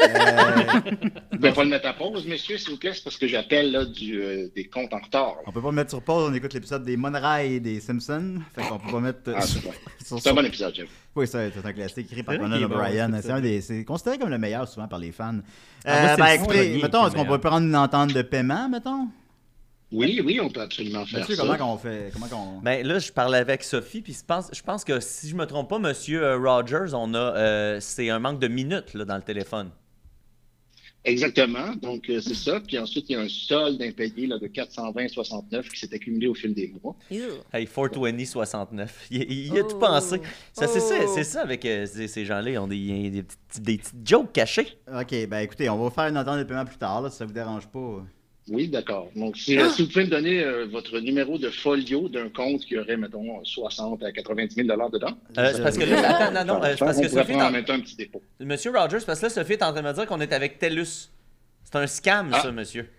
Vous pouvez pas le mettre à pause, messieurs, s'il vous plaît, c'est parce que j'appelle là, du, euh, des comptes en retard. là. on peut pas le mettre sur pause, on écoute l'épisode des Monorail et des Simpsons. Fait qu'on peut pas mettre euh, Ah, c'est sur, bon. sur- C'est un bon épisode, j'avoue. Oui, ça, c'est un classique écrit par C'est vrai Conan qu'il est bon, O'Brien. cet C'est un des- c'est considéré comme le meilleur souvent par les Ah, fans. moi, Euh, c'est ben, le écoutez, premier mettons, qui est est-ce qu'on peut meilleur. prendre une entente de paiement, mettons? Oui, oui, on peut absolument faire Monsieur, ça. comment qu'on fait? Comment qu'on... Ben là, je parlais avec Sophie, puis je pense, je pense que si je me trompe pas, Monsieur euh, Rogers, on a, euh, c'est un manque de minutes là, dans le téléphone. Exactement. Donc, euh, c'est ça. Puis ensuite, il y a un solde impayé là, de 420,69 qui s'est accumulé au fil des mois. Ew. Hey, 420 69. Il, il- il a tout Oh. pensé. Ça, c'est ça, Oh. c'est ça avec euh, ces, ces gens-là, ils ont des, ils ont des petites- des petites jokes cachées. OK, ben écoutez, on va faire une entente de paiement plus tard, là, si ça vous dérange pas. Ah! Oui, d'accord. Donc, si, Ah! si vous pouvez me donner euh, votre numéro de folio d'un compte qui aurait, mettons, 60 à 90 000 dedans. Euh, c'est parce que là, attends, non, non, euh, c'est parce on que pourrait Sophie, prendre en t'en- même temps un petit dépôt. Monsieur Rogers, parce que là, Sophie est en train de me dire qu'on est avec TELUS. C'est un scam, Ah. ça, monsieur.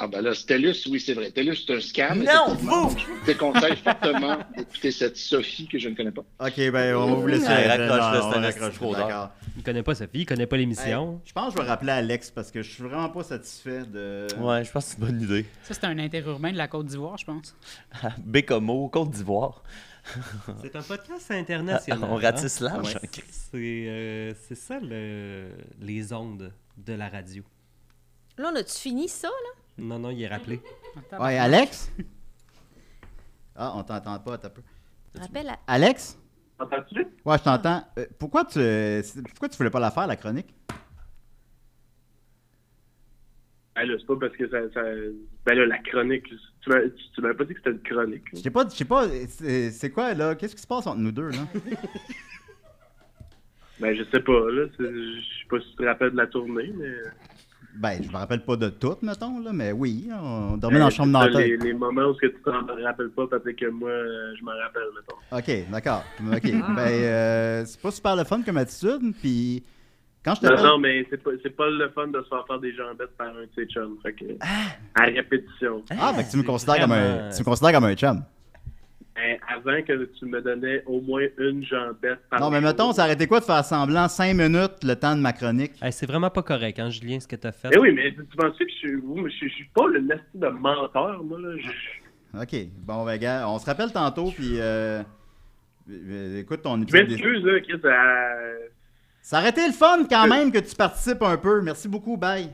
Ah ben là, c'est TELUS, oui, c'est vrai. TELUS, c'est un scam. Non, effectivement. vous! Je vous déconseille fortement d'écouter cette Sophie que je ne connais pas. OK, ben on va vous laisser. Ouais, Non, raccroche, on là, c'est un raccroche, esti trop d'accord. d'heure. Il connaît pas Sophie, il connaît pas l'émission. Hey, je pense que je vais rappeler Alex parce que je suis vraiment pas satisfait de. Ouais, je pense que c'est une bonne idée. Ça, c'est un interurbain de la Côte d'Ivoire, je pense. Bécomo, Côte d'Ivoire. C'est un podcast international. On ratisse large. hein? Ouais. C'est euh, c'est ça le- les ondes de la radio. Là, on a-tu fini ça, là? Non, non, il est rappelé. Ouais, Alex? Ah, on t'entend pas, t'as peu. Rappelle à... Alex? Entends-tu? Ouais, je t'entends. Euh, pourquoi tu c'est- pourquoi tu voulais pas la faire, la chronique? Ben là, c'est pas parce que ça, ça- Ben là, la chronique. Tu m'as- tu- tu m'avais pas dit que c'était une chronique. Je sais pas, je sais pas, c'est c'est quoi là? Qu'est-ce qui se passe entre nous deux là? Ben je sais pas, là. c'est- Je sais pas si tu te rappelles de la tournée, mais. Ben, je me rappelle pas de tout, mettons, là, mais oui, on dormait dans la chambre euh, C'est ça, d'antenne. les, les moments où ce que tu t'en rappelles pas, peut-être que moi, euh, je m'en rappelle, mettons. Ok, d'accord. Ok. ben, euh, c'est pas super le fun comme attitude, puis quand Ah, je Non, t'appelle. non, mais c'est pas, c'est pas le fun de se faire faire des jambettes par un de ses chums. Fait que, à répétition. Ah, ben, que tu me c'est considères comme un, vraiment- tu me considères comme un chum. Ben, avant que tu me donnais au moins une jambette par Non, mais jour. mettons, ça arrêtait quoi de faire semblant 5 minutes le temps de ma chronique? Hey, c'est vraiment pas correct, hein, Julien, ce que t'as fait. Eh oui, mais tu penses que je suis, oui, mais je, je suis pas le nasty de menteur, moi, là. Je- Ok, bon, ben, gars, on se rappelle tantôt, puis euh, euh, écoute ton Je épisode. des- m'excuse, là, Chris. euh, Ça aurait été le fun quand même que tu participes un peu. Merci beaucoup, bye.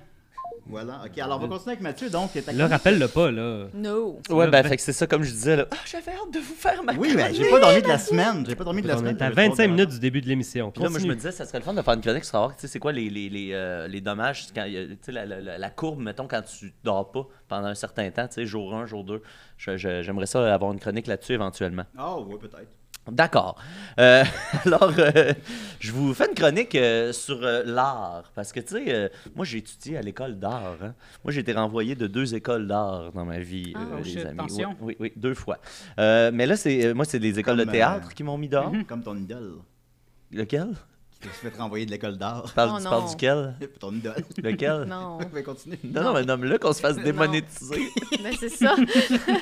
Voilà, ok, alors on va continuer avec Mathieu, donc. ta Euh. Là, chronique. rappelle-le pas, là. No. Ouais, Là, ben, ben- fait que c'est ça, comme je disais, là. Ah, j'avais hâte de vous faire ma Oui, ben, chronique. j'ai pas dormi de la semaine. J'ai pas dormi de la On semaine. est à j'avais trop 25 de- minutes du début de l'émission. Puis là, moi, je me Continue. disais, ça serait le fun de faire une chronique pour savoir, tu sais, c'est quoi les, les, les, euh, les dommages, quand, il y a- tu sais, la, la- la- la courbe, mettons, quand tu dors pas pendant un certain temps, tu sais, jour 1, jour 2. J'aimerais ça avoir une chronique là-dessus éventuellement. Ah, ouais, peut-être. D'accord. Euh, alors, euh, je vous fais une chronique euh, sur euh, l'art. Parce que, tu sais, euh, moi, j'ai étudié à l'école d'art. hein. Moi, j'ai été renvoyé de deux écoles d'art dans ma vie, Ah, euh, oh les shit, amis. attention. Oui, oui, oui, deux fois. Euh, mais là, c'est euh, moi, c'est des écoles Comme, de euh, Mhm. théâtre qui m'ont mis dehors. Comme ton idole. Lequel? Tu te fais renvoyer de l'école d'art. Tu parles, Oh tu parles non. duquel? ton idole. Lequel? Non. Ouais, continue. Non, non, mais nomme-le qu'on se fasse démonétiser. Mais c'est ça.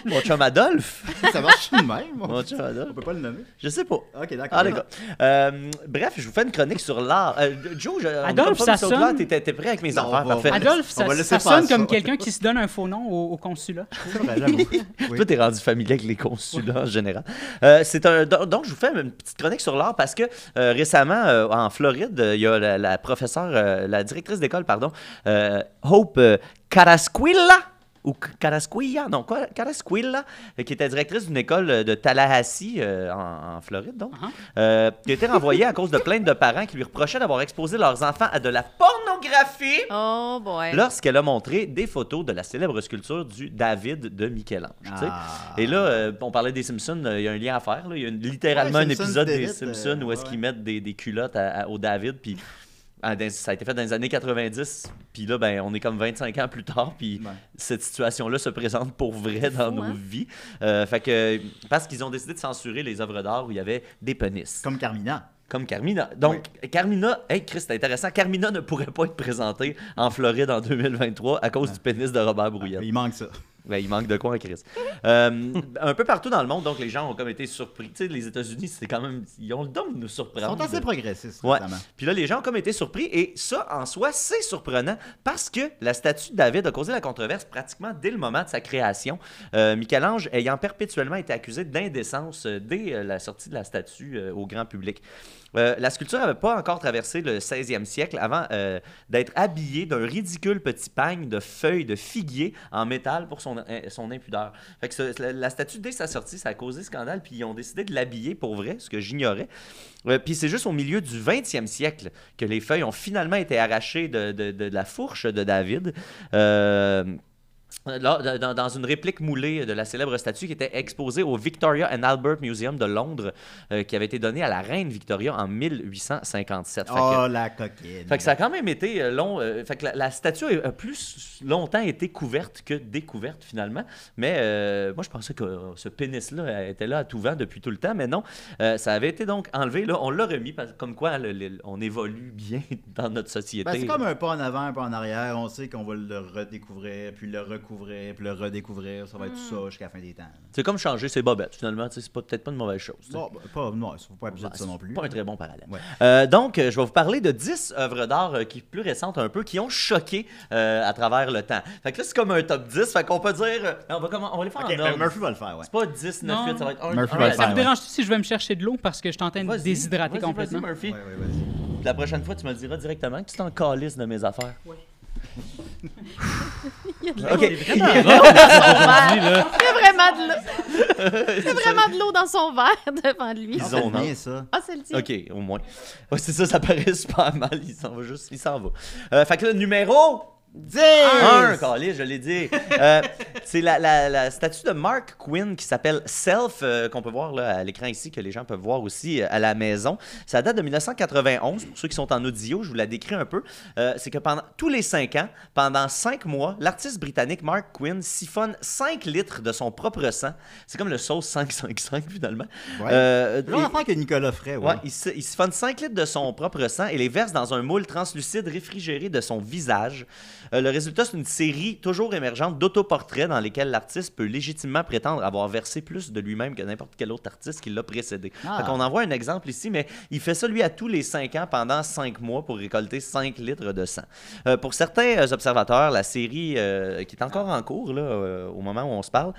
Mon chum Adolphe. Ça marche de même. on- Mon chum On Adolphe. peut pas le nommer. Je sais pas. Ok, d'accord. Ah, d'accord. Euh, bref, je vous fais une chronique sur l'art. Euh, Joe, je, on est Adolphe, comme pas mis ça sur toi, sonne. T'es t'es prêt avec mes Non, on affaires, va- parfait. on va- Adolphe, On ça, va laisser ça faire sonne ça. comme quelqu'un qui se donne un faux nom au, au consulat. C'est vrai, j'avoue. Oui. Ben, Toi, t'es rendu familier avec les consulats en général. Euh, c'est un, don- donc, je vous fais une petite chronique sur l'art parce que euh, récemment, euh, en Floride, euh, il y a la, la professeure, euh, la directrice d'école, pardon, euh, Hope euh, Carasquilla, ou Carasquilla, non, Ca- Carasquilla, euh, qui était directrice d'une école euh, de Tallahassee, euh, en, en Floride, donc, Uh-huh. Ah. euh, qui a été renvoyée à cause de plaintes de parents qui lui reprochaient d'avoir exposé leurs enfants à de la pornographie Oh boy. lorsqu'elle a montré des photos de la célèbre sculpture du David de Michel-Ange. tu sais. Ah. Et là, euh, on parlait des Simpsons, euh, il y a un lien à faire. là. Il y a une- littéralement Ouais, un Simpsons, épisode des David, Simpsons euh, où est-ce ouais, qu'ils ouais. mettent des, des culottes à- à- au David, puis ah, dans- ça a été fait dans les années 90. Puis là, ben, on est comme 25 ans plus tard, puis Ouais. cette situation-là se présente pour vrai dans fou, nos hein? vies. Euh, fait que, parce qu'ils ont décidé de censurer les œuvres d'art où il y avait des pénis. Comme Carmina. Comme Carmina. Donc, Carmina, hey Chris, c'est intéressant. Carmina ne pourrait pas être présentée en Floride en 2023 à cause du pénis de Robert Brouillette. Ah, Il manque ça. Ben, il manque de quoi, hein, Chris. Euh, un peu partout dans le monde, donc les gens ont comme été surpris. Tu sais, les États-Unis, c'est quand même. Ils ont le don de nous Ils surprendre. sont assez progressistes, Ouais. récemment. Puis là, les gens ont comme été surpris et ça, en soi, c'est surprenant parce que la statue de David a causé la controverse pratiquement dès le moment de sa création. Euh, Michel-Ange ayant perpétuellement été accusé d'indécence euh, dès euh, la sortie de la statue euh, au grand public. Euh, la sculpture n'avait pas encore traversé le 16e siècle avant euh, d'être habillée d'un ridicule petit pagne de feuilles de figuier en métal pour son, euh, son impudeur. Fait que ce- la, la statue, dès sa sortie, ça a causé scandale, puis ils ont décidé de l'habiller pour vrai, ce que j'ignorais. Euh, Puis c'est juste au milieu du 20e siècle que les feuilles ont finalement été arrachées de, de- de- de la fourche de David. Euh, là, dans, dans une réplique moulée de la célèbre statue qui était exposée au Victoria and Albert Museum de Londres, euh, qui avait été donnée à la reine Victoria en 1857. Fait que- Oh, la coquine. fait que ça a quand même été euh, long. euh, fait que la, la statue a plus longtemps été couverte que découverte finalement. Mais euh, moi, je pensais que euh, ce pénis-là euh, était là à tout vent depuis tout le temps. Mais non, Euh, ça avait été donc enlevé. Là, on l'a remis parce- comme quoi le- le- on évolue bien dans notre société. Ben, c'est comme un pas en avant, un pas en arrière. On sait qu'on va le redécouvrir, puis le recouvrir, puis le redécouvrir. Ça va Hmm. être tout ça jusqu'à la fin des temps. C'est comme changer ses bobettes finalement. tu sais, C'est pas- peut-être pas une mauvaise chose. tu sais. Bon, ben, pas, non, faut pas abuser Bah, de ça non plus. C'est pas un très bon parallèle. Ouais. Euh, donc, euh, je vais vous parler de 10 œuvres d'art euh, qui plus récentes un peu, qui ont choqué euh, à travers le temps. Fait que là, c'est comme un top 10. Fait qu'on peut dire. euh, on, va comment, on va les faire Ok, en ben, ordre. Murphy va le faire, ouais. C'est pas 10, 9, Non. 8, ça va être 1. Murphy va le Ça faire, me ouais. dérange si je vais me chercher de l'eau parce que je suis en train de déshydrater complètement. Vas-y, Murphy. Ouais, ouais, vas-y. La prochaine fois, tu me le diras directement que tu t'en calisses de mes affaires. Ouais. ok. Aujourd'hui, là, Il y a vraiment de l'eau. Il y a vraiment de l'eau dans son verre devant lui. Ils Ah, ont, c'est hein. bien, ça. Ah, c'est le tien. Ok, au moins. Ouais, c'est ça, ça paraît super mal. Il s'en va juste, il s'en va. Euh, fait que le numéro 10! 1, calé, je l'ai dit. Euh, c'est la, la- la statue de Mark Quinn qui s'appelle Self, euh, qu'on peut voir là, à l'écran ici, que les gens peuvent voir aussi euh, à la maison. Ça date de 1991. Pour ceux qui sont en audio, je vous la décris un peu. Euh, c'est que pendant tous les cinq ans, pendant cinq mois, l'artiste britannique Mark Quinn siphonne 5 litres de son propre sang. C'est comme le sauce 555 finalement. Ouais. Euh, C'est le genre et- d'affaire que Nicolas ferait, ouais. Ouais, il, se, il siphonne 5 litres de son propre sang et les verse dans un moule translucide réfrigéré de son visage. Euh, le résultat, c'est une série toujours émergente d'autoportraits dans lesquels l'artiste peut légitimement prétendre avoir versé plus de lui-même que n'importe quel autre artiste qui l'a précédé. Ah. Fait qu'on en voit un exemple ici, mais il fait ça, lui, à tous les 5 ans pendant 5 mois pour récolter 5 litres de sang. Euh, pour certains euh, observateurs, la série euh, qui est encore en cours là, euh, au moment où on se parle,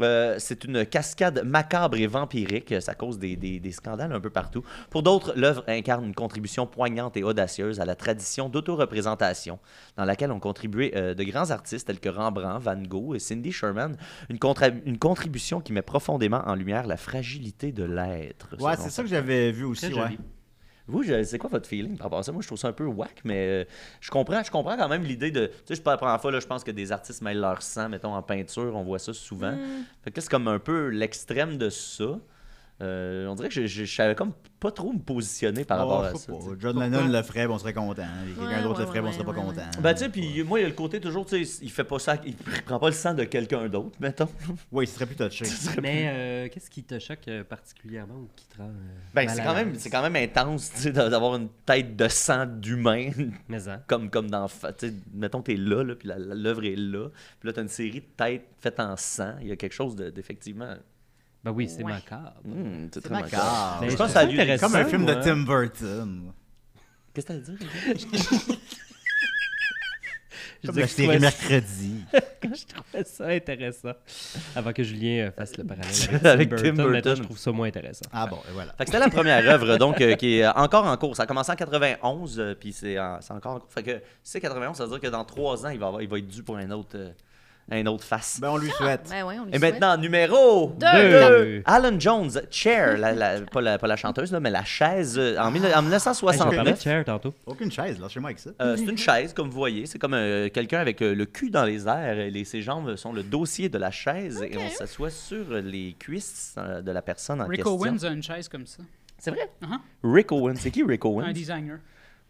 euh, c'est une cascade macabre et vampirique. Ça cause des, des- des scandales un peu partout. Pour d'autres, l'œuvre incarne une contribution poignante et audacieuse à la tradition d'autoreprésentation, dans laquelle ont contribué euh, de grands artistes tels que Rembrandt, Van Gogh et Cindy Sherman. Une, contra- une contribution qui met profondément en lumière la fragilité de l'être. Ouais, selon c'est ça que j'avais vu aussi, très ouais. joli. vous, je- c'est quoi votre feeling par rapport à ça? Moi, je trouve ça un peu whack, mais euh, je comprends je comprends quand même l'idée de. Tu sais, c'est pas la première fois, là, je pense que des artistes mêlent leur sang, mettons, en peinture, on voit ça souvent. Fait que là, c'est comme un peu l'extrême de ça. Euh, on dirait que je- je je savais comme pas trop me positionner par rapport Oh, à je sais ça. pas. tu sais. John Lennon le ferait, ben, on serait content. Et Quelqu'un Ouais, d'autre le ouais, ferait, ben, on ouais, serait pas ouais, ouais. content. Ben, tu sais, puis moi, il y a le côté toujours, tu sais, il fait pas ça, il prend pas le sang de quelqu'un d'autre, mettons. Oui, il serait plus touché. Mais euh, qu'est-ce qui te choque euh, particulièrement ou qui te rend. euh, Ben, mal c'est à quand, même- l'aise? c'est quand même intense, tu sais, d'avoir une tête de sang d'humain, Mais hein. comme, comme dans. fa- tu sais, Mettons, t'es là, là puis la- la- l'œuvre est là. Puis là, t'as une série de têtes faites en sang. Il y a quelque chose de- d'effectivement. Ben oui, c'est Ouais. macabre. Hmm, c'est C'est très macabre. macabre. Ben, Mais Je je pense trouve que ça a ça lieu des- intéressant. Comme un film de moi. Tim Burton. Qu'est-ce que t'as à dire? Je Comme dis la que je série trouvais ça- Mercredi. je trouvais ça intéressant. Avant que Julien euh, fasse le parallèle avec Avec Tim Tim Burton, maintenant, Burton. je trouve ça moins intéressant. Ah bon, et voilà. Fait que c'était la première œuvre, donc, euh, qui est euh, encore en cours. Ça a commencé en 91, euh, puis c'est en- c'est encore en cours. Fait que si c'est 91, ça veut dire que dans trois ans, il va, avoir- il va être dû pour un autre. euh, une autre face. Ben, on lui souhaite. Ben oui, on lui Et souhaite. maintenant, numéro Deux. deux. Alan Jones, Chair, la- la- pas, la, pas la chanteuse, là, mais la chaise, euh, en, mille- en Hey, j'en parlais de 1969. chair tantôt. Aucune chaise, là, chez moi avec ça. Euh, c'est une chaise, comme vous voyez. C'est comme euh, quelqu'un avec euh, le cul dans les airs. Et les, ses jambes sont le dossier de la chaise et on s'assoit sur les cuisses euh, de la personne en Rick question. Owens a une chaise comme ça. C'est vrai? Uh-huh. Rick Owens. C'est qui Rick Owens? Oh, Un designer.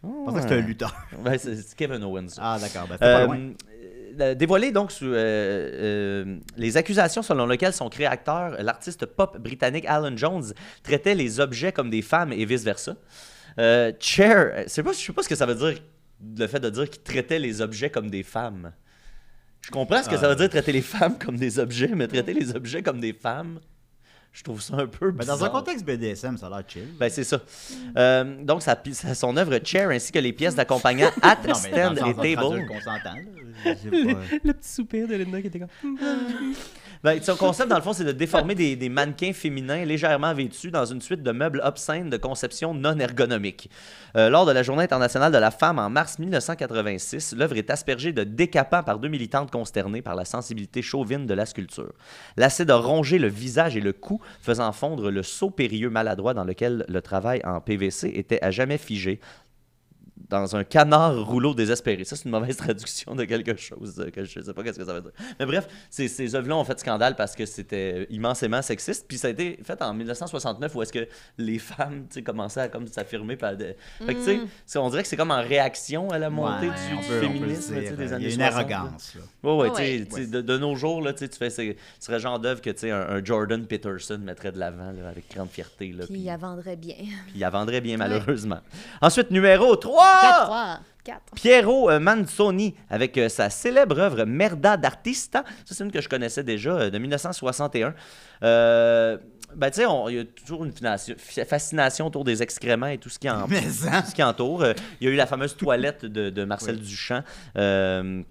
Je pensais que c'était un lutteur. Ouais, c'est c'est Kevin Owens. Ah, d'accord. Ben, c'était pas Euh, loin. euh, dévoilé donc sous, euh, euh, les accusations selon lesquelles son créateur, l'artiste pop britannique Alan Jones, traitait les objets comme des femmes et vice-versa. Euh, Cher, je sais pas, je sais pas ce que ça veut dire le fait de dire qu'il traitait les objets comme des femmes. Je comprends ce que Ah. ça veut dire traiter les femmes comme des objets, mais traiter les objets comme des femmes, je trouve ça un peu Ben, bizarre. dans un contexte BDSM, ça a l'air chill. Ben, c'est ça. Euh, donc, sa, sa- son œuvre Chair ainsi que les pièces d'accompagnant At Non, mais dans Stand le sens et entre Table. adultes qu'on s'entend, là. Je sais pas. euh, hein. Le petit soupir de Linda qui était comme. Ben, son concept, dans le fond, c'est de déformer des, des mannequins féminins légèrement vêtus dans une suite de meubles obscènes de conception non ergonomique. Euh, lors de la Journée internationale de la femme en mars 1986, l'œuvre est aspergée de décapants par deux militantes consternées par la sensibilité chauvine de la sculpture. L'acide a rongé le visage et le cou, faisant fondre le seau périlleux maladroit dans lequel le travail en PVC était à jamais figé dans un canard rouleau désespéré. Ça, c'est une mauvaise traduction de quelque chose euh, que je ne sais pas qu'est-ce que ça veut dire. Mais bref, ces, ces œuvres-là ont fait scandale parce que c'était immensément sexiste. Puis ça a été fait en 1969 où est-ce que les femmes tu sais, commençaient à comme s'affirmer. par des- Fait que, tu sais, c'est- on dirait que c'est comme en réaction à la montée Mm. du, Ouais, on du peut- on peut féminisme le tu sais, dire. euh, des Il y années a une 60, là. arrogance, là. Ah Ouais, ouais, Ouais. tu sais, tu sais, de, de nos jours, là, tu sais, tu fais, c'est- ce serait le genre d'œuvre que tu sais, un, un Jordan Peterson mettrait de l'avant là, avec grande fierté. Là, Puis puis, il la vendrait bien. puis il la vendrait bien, malheureusement. Ensuite, numéro 3! 4-3. 4. Piero euh, Manzoni avec euh, sa célèbre œuvre Merda d'Artista. Ça, c'est une que je connaissais déjà euh, de 1961. Euh, ben, tu sais, on- il y a toujours une fination- fi- fascination autour des excréments et tout ce qui, en, Mais ça- tout ce qui entoure. Euh, il y a eu la fameuse toilette de, de Marcel Duchamp. euh,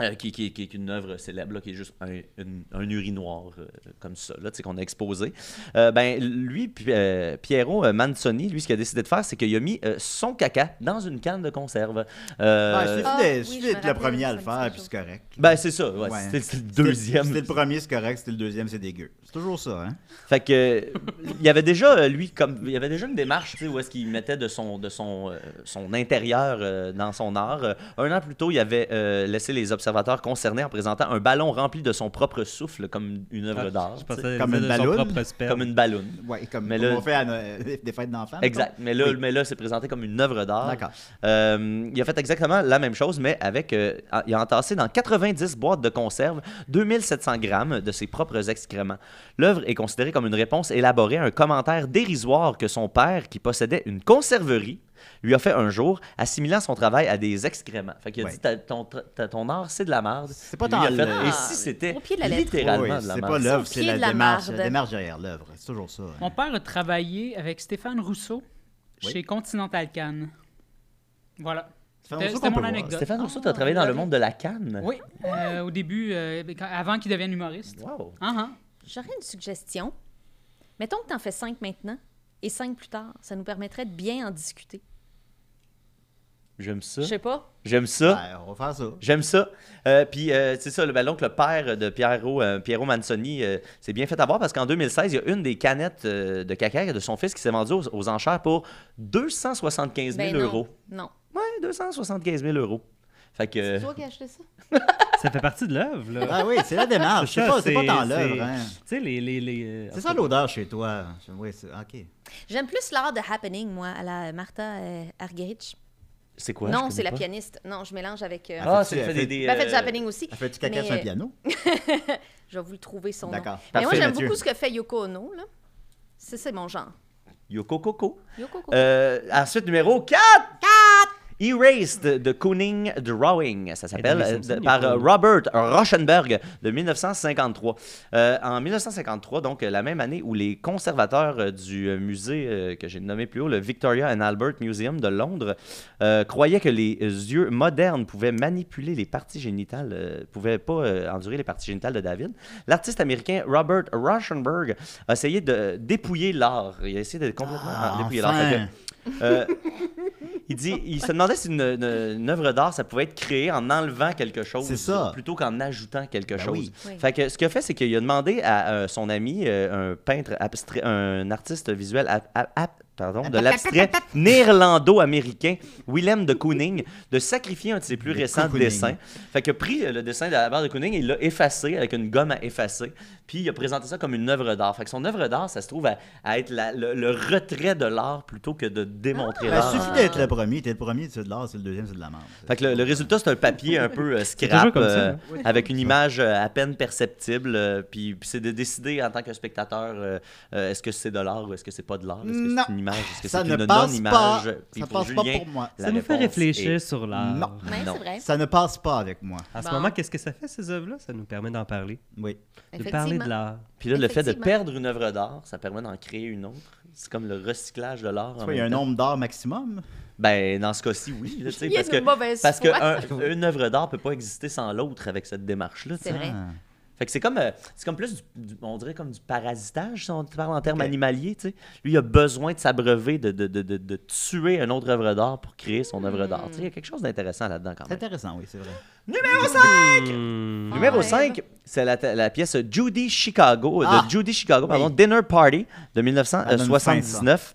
euh, qui, qui- qui est une œuvre célèbre, là, qui est juste un, une- un urinoir euh, comme ça, là, tu sais, qu'on a exposé. Euh, ben, lui, puis, euh, Piero euh, Manzoni, lui, ce qu'il a décidé de faire, c'est qu'il a mis euh, son caca dans une canne de conserve. Euh, Ouais, il Ah, suffit de- oui, je suffit me d'être le rappelle, premier à ça le me faire, dit puis c'est quelque correct. ben, c'est ça, ouais, Ouais. c'était- c'était le C'était- deuxième. C'était le premier, c'est correct. C'était le deuxième, c'est dégueu. C'est toujours ça, hein? Fait que euh, il y avait déjà euh, lui comme il y avait déjà une démarche, tu sais, où est-ce qu'il mettait de son de son euh, son intérieur euh, dans son art. Euh, un an plus tôt, il avait euh, laissé les observateurs concernés en présentant un ballon rempli de son propre souffle comme une œuvre d'art, Ah, Je tu sais, pensais Comme comme une une balloune. propre sperme. comme une ballonne. Ouais, comme, Mais comme là- on fait à Noël, des fêtes d'enfants. Exact. Mais là, Oui. mais là, c'est présenté comme une œuvre d'art. D'accord. Euh, il a fait exactement la même chose, mais avec. euh, a- il a entassé dans 90 boîtes de conserve 2700 grammes de ses propres excréments. L'œuvre est considérée comme une réponse élaborée à un commentaire dérisoire que son père, qui possédait une conserverie, lui a fait un jour, assimilant son travail à des excréments. Fait qu'il a Ouais. dit T'as- ton, tra- t'as- ton art, c'est de la merde. C'est pas Lui, il a tant fait, l'œuvre. Et si c'était Au pied de la lettre. littéralement Oui, de la c'est merde. pas l'œuvre, C'est au c'est pied la, de la démarche, marde. la démarche derrière l'œuvre. C'est toujours ça. hein. Mon père a travaillé avec Stéphane Rousseau Oui. chez Continental Cannes. Voilà. Stéphane C'était Rousseau c'était qu'on mon peut voir. anecdote. Stéphane Rousseau, t'as travaillé dans le monde de la canne. Oui, euh, au début, euh, quand- avant qu'il devienne humoriste. Wow. Ah, Uh-huh. ah. J'aurais une suggestion. Mettons que tu en fais 5 maintenant et 5 plus tard. Ça nous permettrait de bien en discuter. J'aime ça. Je sais pas. J'aime ça. Ben, on va faire ça. J'aime ça. Euh, Puis, euh, c'est ça, le ballon que le père de Piero, euh, Piero Manzoni euh, s'est bien fait avoir parce qu'en 2016, il y a une des canettes euh, de caca de son fils qui s'est vendue aux, aux enchères pour 275 000 Ben non. euros. Non. Ouais, 275 000 euros. Fait que. C'est toi qui as acheté ça? Ça fait partie de l'œuvre, là. Ah oui, c'est la démarche. C'est C'est ça, pas, c'est pas c'est- tant c'est- l'œuvre. hein. Tu sais, les. les, euh, les... C'est ça l'odeur chez toi. Oui, c'est ah, OK. J'aime plus l'art de Happening, moi, à la Martha euh, Argerich. C'est quoi? non, Je c'est la connais pas. pianiste. Non, je mélange avec... euh, Ah, Elle c'est fait- fait elle des. fait- des, elle fait du euh, Happening aussi. Elle fait-tu caca Mais, sur un euh, piano? Je vais vous le trouver son nom. D'accord. Mais moi, Parfait, j'aime Mathieu. beaucoup ce que fait Yoko Ono. Là. Ça, c'est mon genre. Yoko Coco. Yoko Ono. Euh, ensuite, numéro 4! Erased de Cooning Drawing, ça s'appelle, Eh, dans les euh, de- Simpsons, par il y a euh, pas- Robert Rauschenberg de 1953. Euh, en 1953, donc euh, la même année où les conservateurs euh, du euh, musée euh, que j'ai nommé plus haut, le Victoria and Albert Museum de Londres, euh, croyaient que les yeux modernes pouvaient manipuler les parties génitales, euh, pouvaient pas euh, endurer les parties génitales de David. L'artiste américain Robert Rauschenberg a essayé de dépouiller l'art. Il a essayé de complètement Ah, dépouiller l'art. enfin. Fait que, euh, Il dit, il se demandait si une, une- une œuvre d'art, ça pouvait être créé en enlevant quelque chose C'est ça. plutôt qu'en ajoutant quelque Ben chose. oui. Oui. Fait que ce qu'il a fait, c'est qu'il a demandé à euh, son ami, euh, un peintre abstrait, un artiste visuel ab- ab- ab- pardon, de l'abstrait néerlando-américain, Willem de Kooning, de sacrifier un de ses plus De récents Kooning. dessins. Fait qu'il a pris euh, le dessin de la barre de Kooning et il l'a effacé avec une gomme à effacer. Puis il a présenté ça comme une œuvre d'art. Fait que son œuvre d'art, ça se trouve à, à être la- le, le retrait de l'art plutôt que de démontrer Ah. Ben, l'art. suffit d'être le premier. T'es le premier, c'est de l'art, c'est le deuxième, c'est de la merde. Fait que le, le résultat, c'est un papier un peu euh, toujours scrap, comme ça, euh, hein? avec une image euh, à peine perceptible. euh, puis puis c'est de décider en tant que spectateur, euh, euh, est-ce que c'est de l'art ou est-ce que c'est pas de l'art? Est-ce que Non. c'est une image? Est-ce que ça c'est ne une passe pas. non-image? Puis Ça pour passe pas Julien, pour moi. la Ça nous fait réponse réfléchir est- sur l'art. Non. Ouais, Non. c'est vrai. Ça ne passe pas avec moi. En ce Bon. moment, qu'est-ce que ça fait, ces œuvres-là? Ça nous permet d'en parler. Oui. De parler de l'art. Puis là, le fait de Effectivement. perdre une œuvre d'art, ça permet d'en créer une autre. C'est comme le recyclage de l'art. en Tu vois, il y a un même temps. nombre d'art maximum. Ben, dans ce cas-ci, oui. là, tu sais, Il y a parce une que, mauvaise parce que foi. un- une œuvre d'art peut pas exister sans l'autre avec cette démarche-là. tu sais. C'est vrai. Ah. Fait que c'est comme, euh, c'est comme plus, du- du- on dirait comme du parasitage, si on parle en termes Ok. animaliers, tu sais. Lui, il a besoin de s'abreuver, de, de, de, de, de tuer une autre œuvre d'art pour créer son œuvre d'art. Tu sais, il y a Hmm. quelque chose d'intéressant là-dedans quand C'est même. intéressant, oui, c'est vrai. Numéro 5! Hmm. Numéro Ah, Ouais. 5, c'est la, la pièce Judy Chicago, Ah! de Judy Chicago, pardon, Oui. Dinner Party de Ça donne faim, 1979.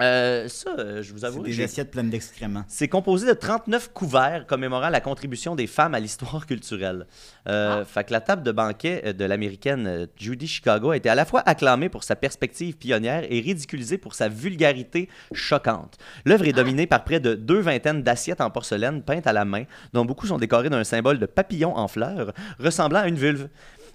Euh, ça, euh, je vous C'est avoue, des j'ai- assiettes pleines d'excréments. c'est composé de 39 couverts commémorant la contribution des femmes à l'histoire culturelle. Euh, Fait que la table de banquet euh, de l'américaine euh, Judy Chicago a été à la fois acclamée pour sa perspective pionnière et ridiculisée pour sa vulgarité choquante. L'œuvre est dominée par près de deux vingtaines d'assiettes en porcelaine peintes à la main, dont beaucoup sont décorées d'un symbole de papillon en fleurs ressemblant à une vulve.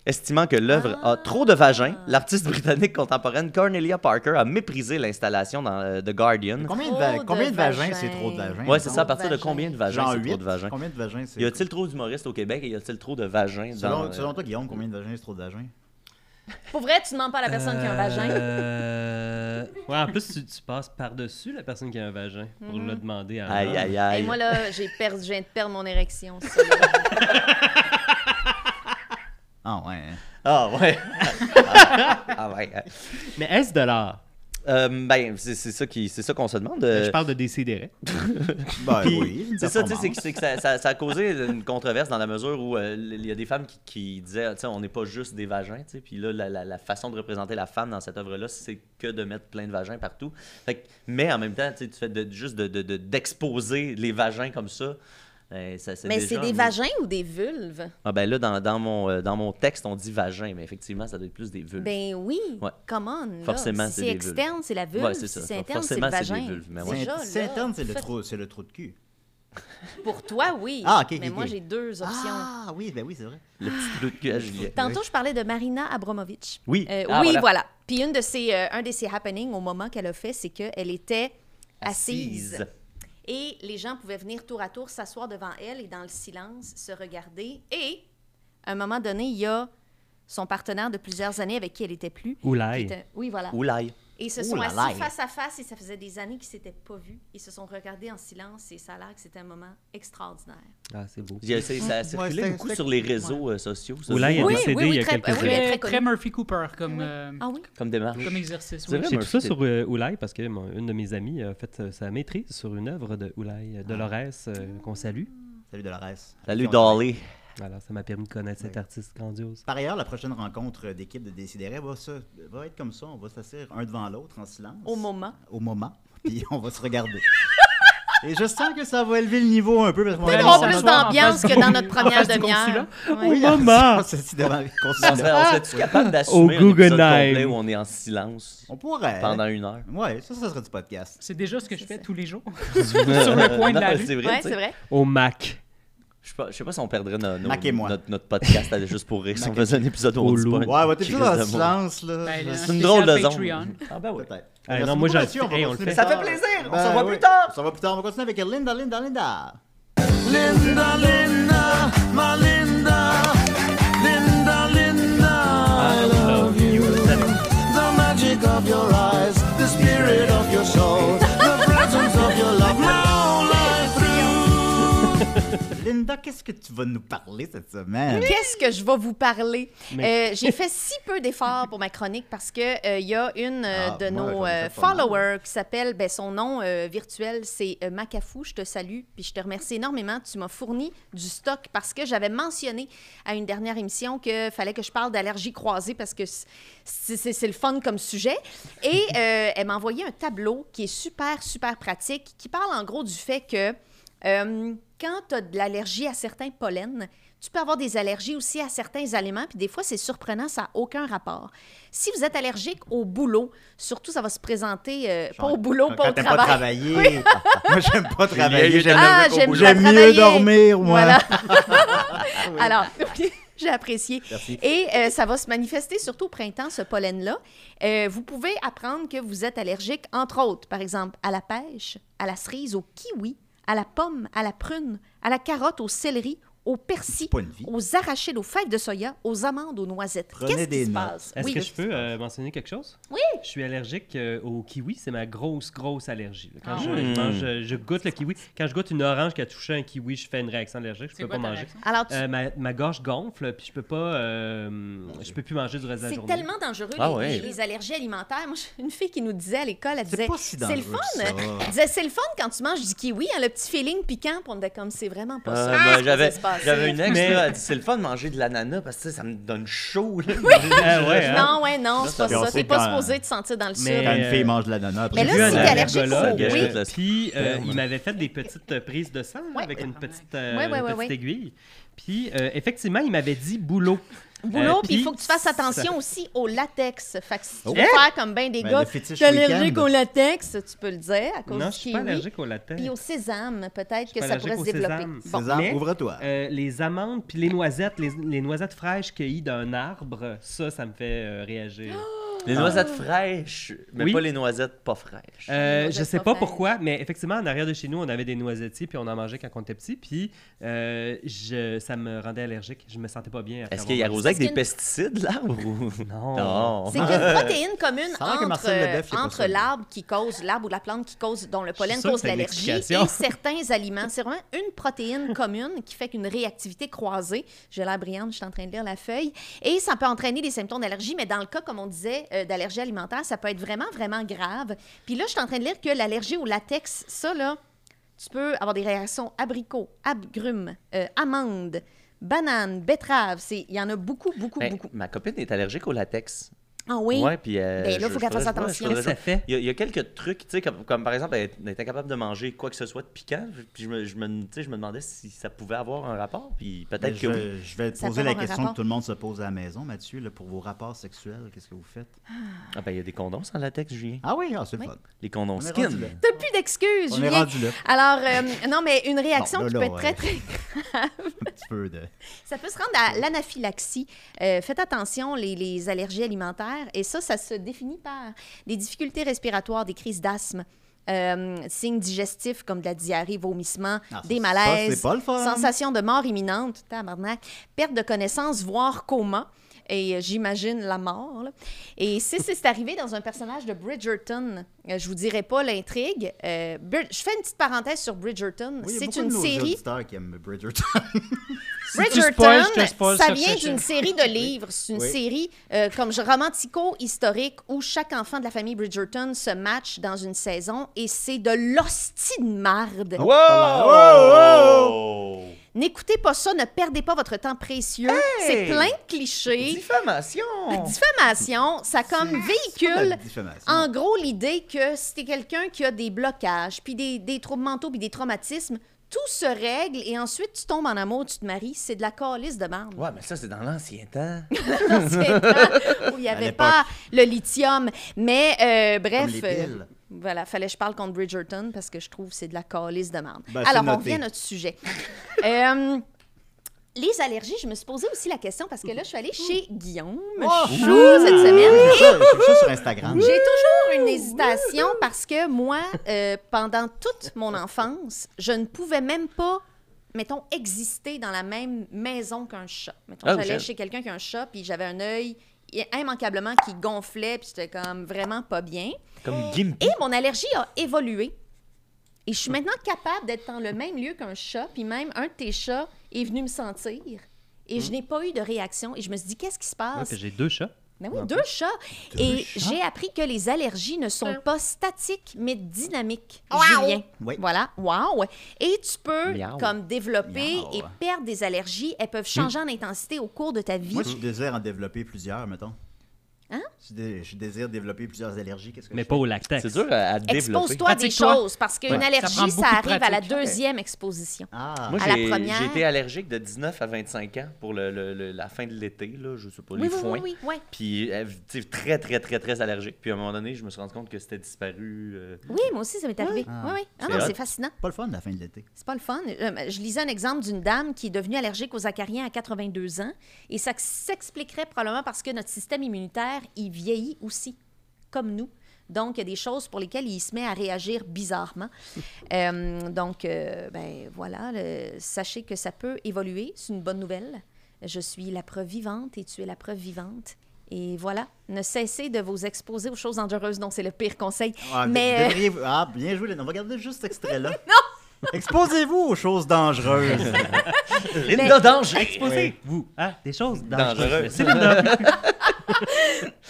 Estimant que l'œuvre a trop de vagin, l'artiste britannique contemporaine Cornelia Parker a méprisé l'installation dans euh, The Guardian. Combien de, Trop va- de combien de vagins, vagins. c'est trop de vagins? Ouais, c'est ça. À de partir de vagins. combien de vagins Genre c'est 8. trop de vagins? Combien de vagins, c'est Y a-t-il trop d'humoristes au Québec et y a-t-il trop de vagins Selon, dans... euh, selon toi, Guillaume, combien de vagins, c'est trop de vagins? Pour vrai, tu demandes pas à la personne qui a un vagin. Euh, Ouais, en plus, tu, tu passes par-dessus la personne qui a un vagin pour le demander à Aïe, aïe, Mm-hmm. Et aïe. moi, là, j'ai perdu, je viens de perdre mon érection. ça, là. Ah ouais. Ah, ouais. ah, ouais. Mais est-ce de l'art? Euh, ben, c'est c'est ça qui- c'est ça qu'on se demande. Je euh, parle de décider. Ben Puis, oui, une c'est ça, tu sais, c'est que- performance. c'est que ça, ça- ça a causé une controverse dans la mesure où euh, il y a des femmes qui, qui disaient, tu sais, on n'est pas juste des vagins, tu sais, puis là, la, la- la façon de représenter la femme dans cette œuvre-là, c'est que de mettre plein de vagins partout. Fait que- mais en même temps, tu sais, tu fais de- juste d'exposer de, d'exposer les vagins comme ça. euh, ça- Mais déjà c'est des un- vagins ou des vulves? Ah ben là, dans, dans mon, euh, dans mon texte, on dit vagin, mais effectivement, ça doit être plus des vulves. Ben oui, Ouais. come on. là. Forcément, si c'est c'est des vulves. externe, c'est la vulve. Ouais, c'est ça. Si c'est interne, c'est Forcément, le c'est des vagin. vulves, mais C'est- ouais. Déjà, C'est là, interne, c'est le, faites- trou, c'est le trou de cul. Pour toi, oui. Ah, ok, ok, Mais ok. moi, j'ai deux options. Ah oui, ben oui, c'est vrai. Le petit bleu de cul à Juliette. Tantôt, je parlais de Marina Abramovic. Oui. Euh, Ah, oui, voilà. voilà. Puis une de ses, euh, un de ses happenings au moment qu'elle a fait, c'est qu'elle était assise. Assise. Et les gens pouvaient venir tour à tour s'asseoir devant elle et dans le silence se regarder. Et à un moment donné, il y a son partenaire de plusieurs années avec qui elle était plus. qui Oulaï. était- Oui, voilà. Oulaï. Et ils se Ouh sont là assis là. face à face et ça faisait des années qu'ils s'étaient pas vus. Ils se sont regardés en silence et ça a l'air que c'était un moment extraordinaire. Ah, c'est beau. Il y a- c'est- Ça a circulé c'était- beaucoup c'était- sur les réseaux euh, sociaux. ça, Oulaï c'est- est Oui, décédé oui, oui, il y a très- quelques oui, années. très Très, connu. très Murphy Cooper comme, euh, Ah oui? Comme démarche. comme exercice. C'est oui. vrai? J'ai tout ça Murphy, sur euh, Oulaï parce que mon- une de mes amies a fait euh, sa maîtrise sur une œuvre de Oulaï euh, Dolores euh, qu'on salue. Salut Dolores. Ah. Salut Dolly. Voilà, ça m'a permis de connaître cet artiste grandiose. Par ailleurs, la prochaine rencontre d'équipe de Décideret va, se- va être comme ça. On va s'asseoir un devant l'autre en silence. Au moment. Au moment. Puis on va se regarder. Et je sens que ça va élever le niveau un peu. parce qu'on va Tellement aller Tellement s'asseoir- plus d'ambiance que dans notre première face du demi-heure. Oui, Ouais. on moment. se passe devant le On consulat. serait- on serait-tu capable d'assumer un épisode Guggenheim. complet où on est en silence Ah, On pourrait. pendant une heure? Ouais, ça, ça serait du podcast. C'est déjà ce que je fais ça. tous les jours. sur le point de la Non, rue. C'est vrai, Ouais, tu sais. c'est vrai. Au Mac. Je sais pas- je sais pas si on perdrait no- no- Mac et moi. notre, notre podcast à juste pour rire si on faisait un épisode où on Au dit pas loup. un- Ouais, on va être Christ plus dans de le mot. silence, là. Ben, Je- là, C'est une drôle de spécial zone. Patreon. Ah ben oui. Peut-être. Ah, Merci non, moi, beaucoup, j'en- Mathieu, on va Hey, on le continuer fait. plus Ça fait tard. plaisir! On Ben se voit oui. plus tard! On se voit plus tard. On va continuer avec Linda, Linda, Linda. Linda, Linda, my Linda. Linda, Linda, I love you. The magic of your eyes, the spirit of your soul, the presence of your love, my whole life through. Linda, qu'est-ce que tu vas nous parler cette semaine? Qu'est-ce que je vais vous parler? Mais- Euh, J'ai fait si peu d'efforts pour ma chronique parce qu'il il y a une euh, Ah, de moi, j'en nos ai euh, fait pas mal. followers qui s'appelle, ben, son nom euh, virtuel, c'est euh, Macafou. Je te salue puis je te remercie énormément. Tu m'as fourni du stock parce que j'avais mentionné à une dernière émission qu'il fallait que je parle d'allergies croisées parce que c- c'est c'est- c'est le fun comme sujet. Et euh, elle m'a envoyé un tableau qui est super, super pratique qui parle en gros du fait que euh, quand tu as de l'allergie à certains pollens, tu peux avoir des allergies aussi à certains aliments, puis des fois, c'est surprenant, ça n'a aucun rapport. Si vous êtes allergique au boulot, surtout, ça va se présenter euh, pas au boulot, Quand pas au t'aimes travail. pas travailler. moi, j'aime pas travailler. lié, J'aime t'as- Ah, au j'aime boulot. pas j'aime mieux travailler. dormir, moi. Voilà. Alors, oui, j'ai apprécié. Et euh, ça va se manifester surtout au printemps, ce pollen-là. Euh, vous pouvez apprendre que vous êtes allergique, entre autres, par exemple, à la pêche, à la cerise, au kiwi, à la pomme, à la prune, à la carotte, au céleri, au persil, Pas une vie. aux arachides, aux fèves de soya, aux amandes, aux noisettes. Prenez Qu'est-ce des qui se notes. passe? Est-ce Oui. que je peux euh, mentionner quelque chose? Oui. Je suis allergique euh, au kiwi. C'est ma grosse, grosse allergie. Quand Ah je, ouais. Hmm. je mange, euh, je goûte le kiwi. Quand je goûte une orange qui a touché un kiwi, je fais une réaction allergique. Je C'est peux quoi pas ta manger. réaction? Alors, tu- Euh, ma, ma gorge gonfle, puis je peux pas, euh, je peux plus manger du reste de la c'est journée. tellement dangereux, Ah les, ouais. les allergies alimentaires. Moi, j'ai une fille qui nous disait à l'école, elle C'est disait, pas si c'est dangereux. le fun. que ça. Elle disait, c'est le fun quand tu manges du kiwi, hein, le petit feeling piquant, pour on était comme, c'est vraiment pas Euh, ça. ben, Ah, C'est pas j'avais, ça qui se passe. j'avais une ex, Mais- là, elle dit, c'est le fun de manger de l'ananas parce que tu sais, ça me donne chaud. là. Ah ouais, hein? Non, ouais, non, c'est pas Puis on ça. sait T'es pas quand- supposé te sentir dans le Mais- euh, sud. Quand une fille mange de l'ananas, Mais après, là, c'est J'ai vu si un t'es allergique allergologue, au- Ça gâchette, euh, là. Puis euh, Sperme. il m'avait fait des petites euh, prises de sang là, Ouais. avec une petite, euh, Ouais, ouais, ouais, une petite ouais. aiguille. Puis euh, effectivement, il m'avait dit boulot. Boulot, Euh, puis il faut puis que tu fasses ça- attention aussi au latex. Fait que si tu Oh. veux Hein? faire comme ben des Ben, gars, le fétiche t'es allergique week-end. au latex, tu peux le dire à cause Non, je du suis pas kiwi. allergique au latin. Puis au sésame, peut-être suis que pas ça pourrait se allergique au développer. sésame. Bon. Sésame, mais- ouvre-toi. Euh, les amandes puis les noisettes, les, les noisettes fraîches cueillies d'un arbre, ça, ça me fait euh, réagir. Les noisettes fraîches, mais Oui. pas les noisettes pas fraîches. Euh, noisettes je sais pas pas fraîches. pourquoi, mais effectivement, en arrière de chez nous, on avait des noisettiers puis on en mangeait quand on était petit. Puis euh, je, ça me rendait allergique. Je me sentais pas bien. après Est-ce qu'il y a avoir mangé arrosé avec Est-ce des qu'une- pesticides, là? Ou... Non. Non. C'est qu'il y a une protéine commune Ça a l'air que entre, Marcel Lebeuf, il est pas entre seul. l'arbre qui cause, l'arbre ou la plante qui cause, dont le pollen suis sûr que cause c'est une l'allergie et explication. certains aliments. C'est vraiment une protéine commune qui fait qu'une réactivité croisée. J'ai l'air brillante, je suis en train de lire la feuille. Et ça peut entraîner des symptômes d'allergie, mais dans le cas, comme on disait, euh, d'allergie alimentaire, ça peut être vraiment, vraiment grave. Puis là, je suis en train de lire que l'allergie au latex, ça, là, tu peux avoir des réactions abricots, agrumes, euh, amandes, bananes, betteraves. C'est- Il y en a beaucoup, beaucoup, Ben, beaucoup. ma copine est allergique au latex. Ah oui? Ouais, puis. euh, Ben, là, je- faut qu'elle je- fasse je- je- attention. je- je- Qu'est-ce que ça fait? Il y, a, il y a quelques trucs, tu sais, comme, comme par exemple, elle elle est incapable de manger quoi que ce soit de piquant. Puis je me, je me, tu sais, je me demandais si ça pouvait avoir un rapport. Puis Mais peut-être que oui. Ben, Je, je vais Ça poser peut la avoir un question rapport. que tout le monde se pose à la maison, Mathieu, là, pour vos rapports sexuels, qu'est-ce que vous faites? Ah, ben, il y a des condoms sans latex, Julien. Ah oui, ah, c'est le Oui. fun. Les condoms On est skin. rendu là. T'as plus d'excuses, On est Julien. rendu là. Alors, euh, non, mais une réaction Bon, là, qui peut là, être très, ouais. très... Un petit peu de... Ça peut se rendre à l'anaphylaxie. Euh, faites attention, les, les allergies alimentaires. Et ça, ça se définit par des difficultés respiratoires, des crises d'asthme, euh, signes digestifs comme de la diarrhée, vomissements, Ah, ça, des ça, malaises, c'est pas le fun. sensation de mort imminente, tabarnak, perte de connaissance, voire coma. Et euh, j'imagine la mort. là. Et si c'est c'est arrivé dans un personnage de Bridgerton, euh, je vous dirai pas l'intrigue. Euh, Brid- je fais une petite parenthèse sur Bridgerton. Oui, il y a c'est beaucoup de une nos série auditeurs qui aiment Bridgerton. Bridgerton, spoil, je te spoil ça sur vient ce d'une série de livres. C'est une Oui. série euh, comme je- romantico-historique où chaque enfant de la famille Bridgerton se match dans une saison et c'est de l'hostie de marde. Wow! Wow! N'écoutez pas ça, ne perdez pas votre temps précieux. C'est plein de clichés. Diffamation! Diffamation, ça comme véhicule Diffamation. en gros, l'idée que si t'es quelqu'un qui a des blocages, puis des, des troubles mentaux, puis des traumatismes, tout se règle et ensuite tu tombes en amour, tu te maries, c'est de la calice de marde. Ouais, mais ça, c'est dans l'ancien temps. dans ces temps où il n'y avait l'époque. pas le lithium. Mais euh, Comme bref, les euh, piles. voilà, fallait que je parle contre Bridgerton parce que je trouve que c'est de la calice de merde. Ben, c'est Alors, on noté. revient à notre sujet. Euh, les allergies, je me suis posé aussi la question parce que là, je suis allée chez Guillaume Oh! Chou cette semaine. Je cherche ça sur Instagram. J'ai toujours une hésitation parce que moi, euh, pendant toute mon enfance, je ne pouvais même pas, mettons, exister dans la même maison qu'un chat. Mettons, Ah, oui, j'allais ça- chez quelqu'un qui a un chat, puis j'avais un œil i- immanquablement qui gonflait, puis c'était comme vraiment pas bien. Comme Gimpy. Et mon allergie a évolué. Et je suis maintenant capable d'être dans le même lieu qu'un chat, puis même un de tes chats est venu me sentir. Et je n'ai pas eu de réaction. Et je me suis dit, qu'est-ce qui se Mm. Ouais, passe? puis j'ai deux chats. Ben Ah, oui, deux chats. et j'ai appris que les allergies ne Hein? sont pas statiques, mais dynamiques. Julien. Oui. Voilà. Wow. Et tu peux, Miaou. comme, développer Miaou. et perdre des allergies. Elles peuvent changer en intensité au cours de ta vie. Moi, je désire en développer plusieurs, mettons. Hein? Je, dé- je désire développer plusieurs allergies. Qu'est-ce que Mais je pas au Ah, lactex. C'est dur à, à développer. Expose-toi à des Pratique-toi. choses, parce qu'une Ouais. Ça allergie, prend ça, beaucoup de arrive à la pratique. deuxième exposition. Ah, Moi, À la j'ai première. j'ai été allergique de 19 à 25 ans pour le, le- le- la fin de l'été, là, je sais pas, les oui, foins. oui, oui, oui. ouais. Puis, euh, tu sais, très, très, très, très allergique. Puis, à un moment donné, je me suis rendu compte que c'était disparu. euh, Oui, moi aussi, ça m'est arrivé. Ah. Oui, oui. Ah C'est non, hot. c'est fascinant. pas le fun la fin de l'été. C'est pas le fun. Euh, Je lisais un exemple d'une dame qui est devenue allergique aux acariens à 82 ans et ça s'expliquerait probablement parce que notre système immunitaire, il vieillit aussi, comme nous. Donc, il y a des choses pour lesquelles il se met à réagir bizarrement. Euh, donc, euh, ben voilà, le- sachez que ça peut évoluer. C'est une bonne nouvelle. Je suis la preuve vivante et tu es la preuve vivante. Et voilà, ne cessez de vous exposer aux choses dangereuses. Non, c'est le pire conseil. Ah, Mais, euh, vous devriez- ah, bien joué, Lynn. On va regarder juste cet extrait-là. non! Exposez-vous aux choses dangereuses. Linda Danger! Exposez, vous, à hein, des choses Dangereuses. dangereuses. C'est Linda.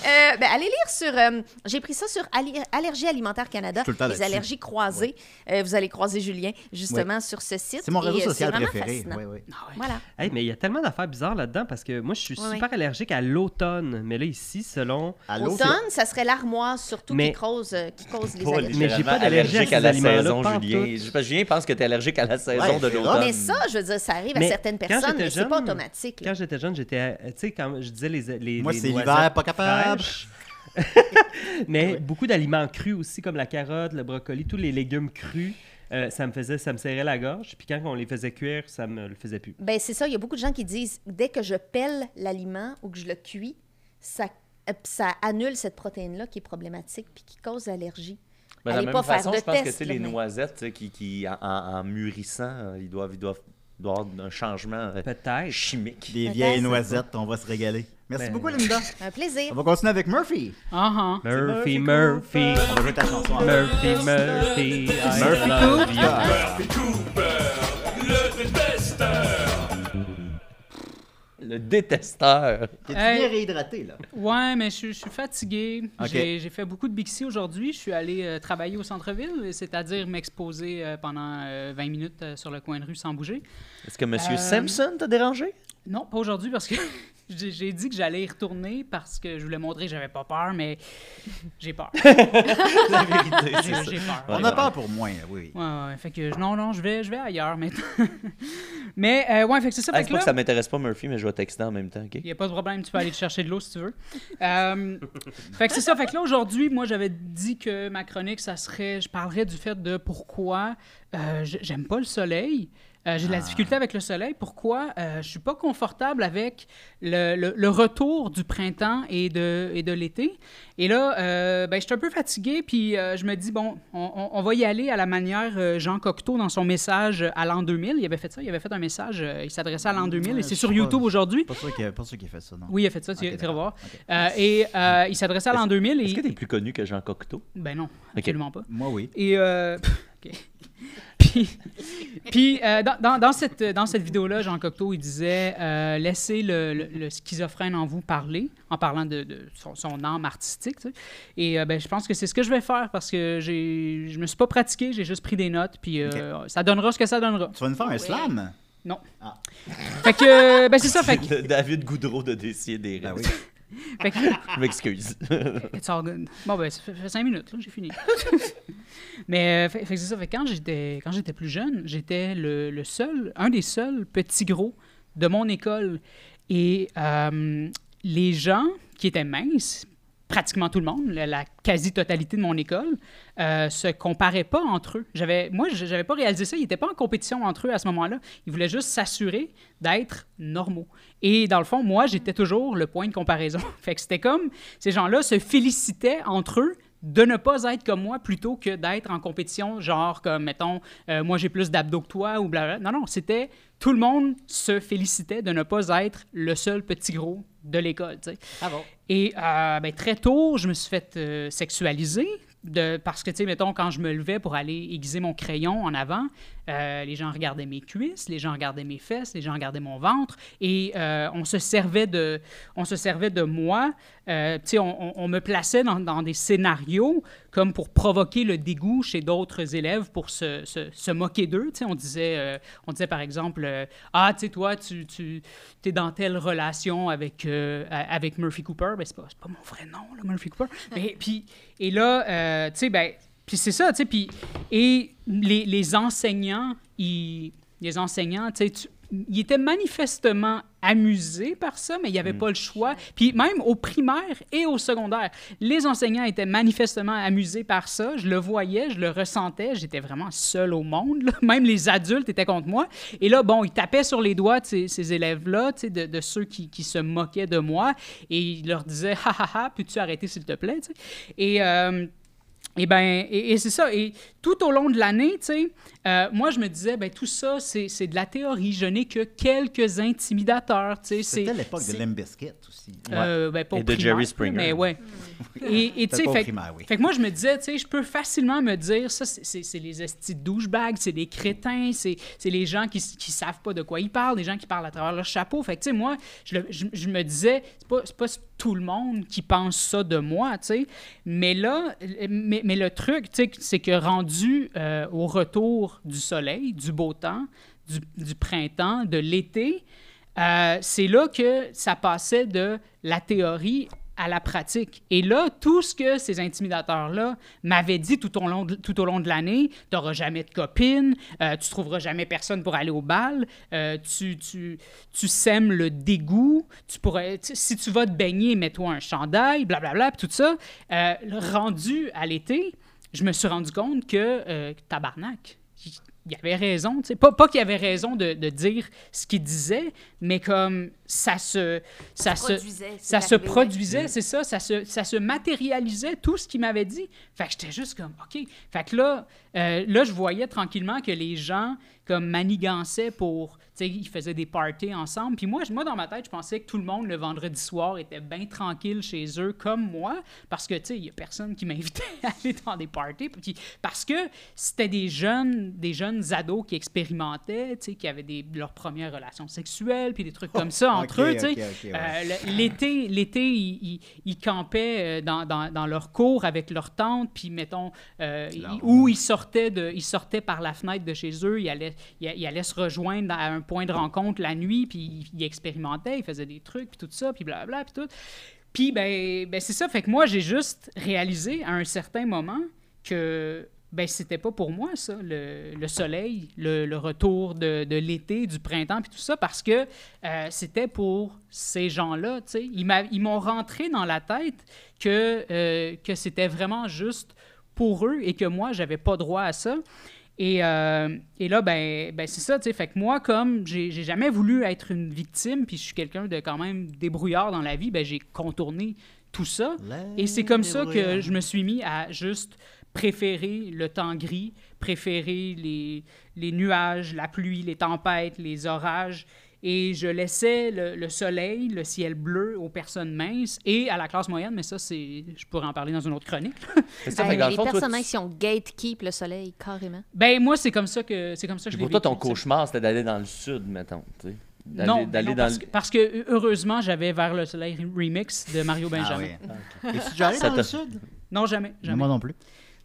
Euh, ben, allez lire sur. euh, J'ai pris ça sur Ali- Allergie Alimentaire Canada, Je suis tout le temps les là-dessus. allergies croisées. Euh, vous allez croiser Julien, justement, sur ce site. C'est mon Et, réseau euh, social vraiment préféré. fascinant. Ah Oui, oui. Voilà. Hey, mais il y a tellement d'affaires bizarres là-dedans parce que moi, je suis Ouais, super allergique à l'automne. Mais là, ici, selon. À l'eau, c'est- Automne, ça serait l'armoire surtout Mais- qui cause, euh, qui cause les Pas allergies. Mais j'ai pas légèrement d'allergie à allergique ces à, la aliments-là, saison, pas en tout. Julien. Je- parce que Julien pense que t'es allergique à la saison Ouais, de c'est l'automne. Mais ça, je veux dire, ça arrive à Mais certaines quand personnes, j'étais mais c'est pas jeune- automatique. là. Quand j'étais jeune, j'étais. à- Tu sais, quand je disais les. les Moi, les c'est noisettes l'hiver, pas capable. fraîches. mais beaucoup d'aliments crus aussi, comme la carotte, le brocoli, tous les légumes crus. euh, ça me faisait, ça me serrait la gorge. Puis quand on les faisait cuire, ça me le faisait plus. Ben, c'est ça, il y a beaucoup de gens qui disent dès que je pèle l'aliment ou que je le cuis, ça, euh, ça annule cette protéine-là qui est problématique puis qui cause l'allergie. Ben, de la Allez même pas faire façon, de je pense que test, c'est là, les mais- noisettes tu sais, qui, qui en, en- en mûrissant, euh, ils doivent, ils doivent, ils doivent avoir un changement euh, Peut-être. chimique. Des vieilles noisettes, on va se régaler. Merci Ben- beaucoup, Linda. Un plaisir. On va continuer avec Murphy. Ah, ah. Murphy, Murphy, On va jouer ta chanson. après. Murphy, Murphy, I Murphy love you. Le détesteur. T'es-tu Hey. bien réhydraté, là? Ouais, mais je, je suis fatigué. Ok. J'ai- J'ai fait beaucoup de Bixi aujourd'hui. Je suis allé euh, travailler au centre-ville, c'est-à-dire m'exposer euh, pendant euh, 20 minutes euh, sur le coin de rue sans bouger. Est-ce que M. Euh, Simpson t'a dérangé? Non, pas aujourd'hui parce que j'ai j'ai dit que j'allais y retourner parce que je voulais montrer que j'avais pas peur, mais j'ai peur. La vérité, J'ai c'est ça. j'ai peur. Ouais, On a peur pour moins, oui. Ouais, ouais, fait que je- non, non, je vais, je vais ailleurs maintenant. mais euh, ouais, fait que c'est ça. Ah, Fait c'est que pas là, que ça m'intéresse pas, Murphy, mais je vais texter en même temps, OK? Il n'y a pas de problème, tu peux aller te chercher de l'eau si tu veux. Euh, fait que c'est ça. Fait que là, aujourd'hui, moi, j'avais dit que ma chronique, ça serait. Je parlerais du fait de pourquoi euh, j- j'aime pas le soleil. Euh, Ah. J'ai de la difficulté avec le soleil. Pourquoi euh, je suis pas confortable avec le, le- le retour du printemps et de, et de l'été. Et là, euh, ben, je suis un peu fatigué, puis euh, je me dis, bon, on, on- on va y aller à la manière euh, Jean Cocteau dans son message à l'an 2000. Il avait fait ça, il avait fait un message, euh, il s'adressait à l'an 2000, Ouais, et c'est je sur sais pas. YouTube aujourd'hui. Pas sûr qu'il pas sûr qu'il ait fait ça, non? Oui, il a fait ça, tu Ok, tu vas d'accord. voir. Ok. Euh, et euh, il s'adressait à l'an 2000 Est-ce que t'es et... plus connu que Jean Cocteau? Ben non, absolument pas. Moi, oui. Et... euh, ok. Puis, puis, euh, dans, dans- dans cette, dans cette vidéo-là, Jean Cocteau, il disait euh, Laissez le, le- le schizophrène en vous parler », en parlant de, de son, son âme artistique. tu sais. Et euh, ben, je pense que c'est ce que je vais faire parce que j'ai- je me suis pas pratiqué, j'ai juste pris des notes, puis euh, ça donnera ce que ça donnera. Tu vas nous faire un slam? Non. Ah. Fait que, ben c'est ça, fait que... Le David Goudreau de Décider. Ben oui. fait que- Je m'excuse. It's all good. Bon, ben, ça fait, ça fait cinq minutes, là, j'ai fini. Mais euh, fait, fait que c'est ça. Fait que quand j'étais, quand j'étais plus jeune, j'étais le, le seul, un des seuls petits gros de mon école. Et euh, les gens qui étaient minces, pratiquement tout le monde, la, la quasi-totalité de mon école, euh, se comparaient pas entre eux. J'avais, moi, je- j'avais pas réalisé ça. Ils n'étaient pas en compétition entre eux à ce moment-là. Ils voulaient juste s'assurer d'être normaux. Et dans le fond, moi, j'étais toujours le point de comparaison. fait que c'était comme ces gens-là se félicitaient entre eux de ne pas être comme moi plutôt que d'être en compétition, genre comme, mettons, euh, moi j'ai plus d'abdos que toi ou blablabla. Non, non, c'était tout le monde se félicitait de ne pas être le seul petit gros ah de l'école, tu sais. Et euh, ben, très tôt, je me suis fait euh, sexualiser de, parce que, tu sais, mettons, quand je me levais pour aller aiguiser mon crayon en avant, euh, les gens regardaient mes cuisses, les gens regardaient mes fesses, les gens regardaient mon ventre, et euh, on, se servait de, on se servait de moi. Euh, tu sais, on, on- on me plaçait dans, dans des scénarios comme pour provoquer le dégoût chez d'autres élèves pour se, se- se moquer d'eux. Tu sais, on disait, euh, on disait par exemple, euh, ah, tu sais, toi, tu, tu es dans telle relation avec, euh, a- avec Murphy Cooper. Ben, c'est pas, c'est pas mon vrai nom, là, Murphy Cooper. Mais, puis, et là, euh, tu sais, ben, puis c'est ça, tu sais, puis et les, les enseignants, ils, les enseignants, tu sais, tu- ils étaient manifestement amusés par ça, mais il n'y avait pas le choix. Puis même au primaire et au secondaire, les enseignants étaient manifestement amusés par ça. Je le voyais, je le ressentais. J'étais vraiment seul au monde. là. Même les adultes étaient contre moi. Et là, bon, ils tapaient sur les doigts de ces, ces élèves-là, tu sais, de, de ceux qui, qui se moquaient de moi. Et ils leur disaient, ha ha ha, peux-tu arrêter, s'il te plaît? tu sais. Et. euh, et ben, et, et c'est ça. Et tout au long de l'année, tu sais, euh, moi, je me disais, ben tout ça, c'est c'est de la théorie. Je n'ai que quelques intimidateurs, tu sais. C'était c'est- l'époque de c'est- Limbiskit aussi. euh, ben, pas Et au de primaire, Jerry Springer. Mais ouais. Et et tu sais, Pas au fait, primaire, oui. fait que moi, je me disais, tu sais, je peux facilement me dire, ça, c'est- c'est c'est les estis de douchebags, c'est des crétins, c'est c'est les gens qui, s- qui savent pas de quoi ils parlent, des gens qui parlent à travers leur chapeau. Fait que, tu sais, moi, je, le- je- je me disais, c'est pas, c'est pas tout le monde qui pense ça de moi, tu sais. Mais là, euh, mais, mais le truc, tu sais, c'est que rendu euh, au retour du soleil, du beau temps, du, du printemps, de l'été, euh, c'est là que ça passait de la théorie à la pratique. Et là, tout ce que ces intimidateurs-là m'avaient dit tout au long de, tout au long de l'année, tu n'auras jamais de copine, euh, tu trouveras jamais personne pour aller au bal, euh, tu, tu, tu sèmes le dégoût, tu pourrais, tu- si tu vas te baigner, mets-toi un chandail, blablabla, puis tout ça. Euh, rendu à l'été, je me suis rendu compte que, euh, tabarnak, il y avait raison, tu sais. Pas, pas qu'il y avait raison de, de dire ce qu'il disait, mais comme ça se. Ça se produisait, c'est ça se arrivé, ouais. produisait, Mm. c'est ça, ça se, ça se matérialisait, tout ce qu'il m'avait dit. Fait que j'étais juste comme, OK. Fait que là, euh, là, je voyais tranquillement que les gens, comme, manigançaient pour, tu sais, ils faisaient des parties ensemble. Puis moi, je- moi, dans ma tête, je pensais que tout le monde, le vendredi soir, était bien tranquille chez eux, comme moi, parce que, tu sais, il y a personne qui m'invitait à aller dans des parties. Puis- parce que c'était des jeunes, des jeunes ados qui expérimentaient, tu sais, qui avaient des, leurs premières relations sexuelles, puis des trucs comme ça Oh, entre ok, eux, tu sais. ok, ok, ouais. Euh, euh, le- L'été, l'été, ils, ils- ils campaient euh, dans, dans, dans leur cours avec leur tante, puis mettons, euh, ils- Leur- ou ils sortaient, de, ils sortaient par la fenêtre de chez eux, ils allaient, ils, ils allaient se rejoindre à un point de rencontre la nuit, puis ils, ils expérimentaient, ils faisaient des trucs, puis tout ça, puis blablabla, puis tout. Puis, ben, ben, c'est ça, fait que moi, j'ai juste réalisé à un certain moment que ben c'était pas pour moi ça le, le soleil le, le retour de, de l'été du printemps puis tout ça parce que euh, c'était pour ces gens là tu sais ils m'a- ils m'ont rentré dans la tête que euh, que c'était vraiment juste pour eux et que moi j'avais pas droit à ça et, euh, et là, ben, ben c'est ça, tu sais. Fait que moi, comme j'ai j'ai jamais voulu être une victime, puis je suis quelqu'un de quand même débrouillard dans la vie, ben j'ai contourné tout ça. Et c'est comme ça que je me suis mis à juste préférer le temps gris, préférer les, les nuages, la pluie, les tempêtes, les orages. Et je laissais le, le soleil, le ciel bleu aux personnes minces et à la classe moyenne, mais ça, c'est, je pourrais en parler dans une autre chronique. C'est ça, Ben, Hey, fait que dans Ben, le les fond, toi, tu- personnages qui ont gatekeep le soleil, carrément. ben moi, c'est comme ça que c'est comme ça que je Puis pour l'ai toi, ton vécu, tu sais. cauchemar, c'était d'aller dans le sud, mettons. tu sais. D'aller- Non, d'aller non, dans parce, le- que, parce que heureusement, j'avais Vers le soleil remix de Mario Ah Benjamin. ouais. Et tu déjà allé Ça dans t'a- le sud? Non, jamais, jamais. Moi non plus.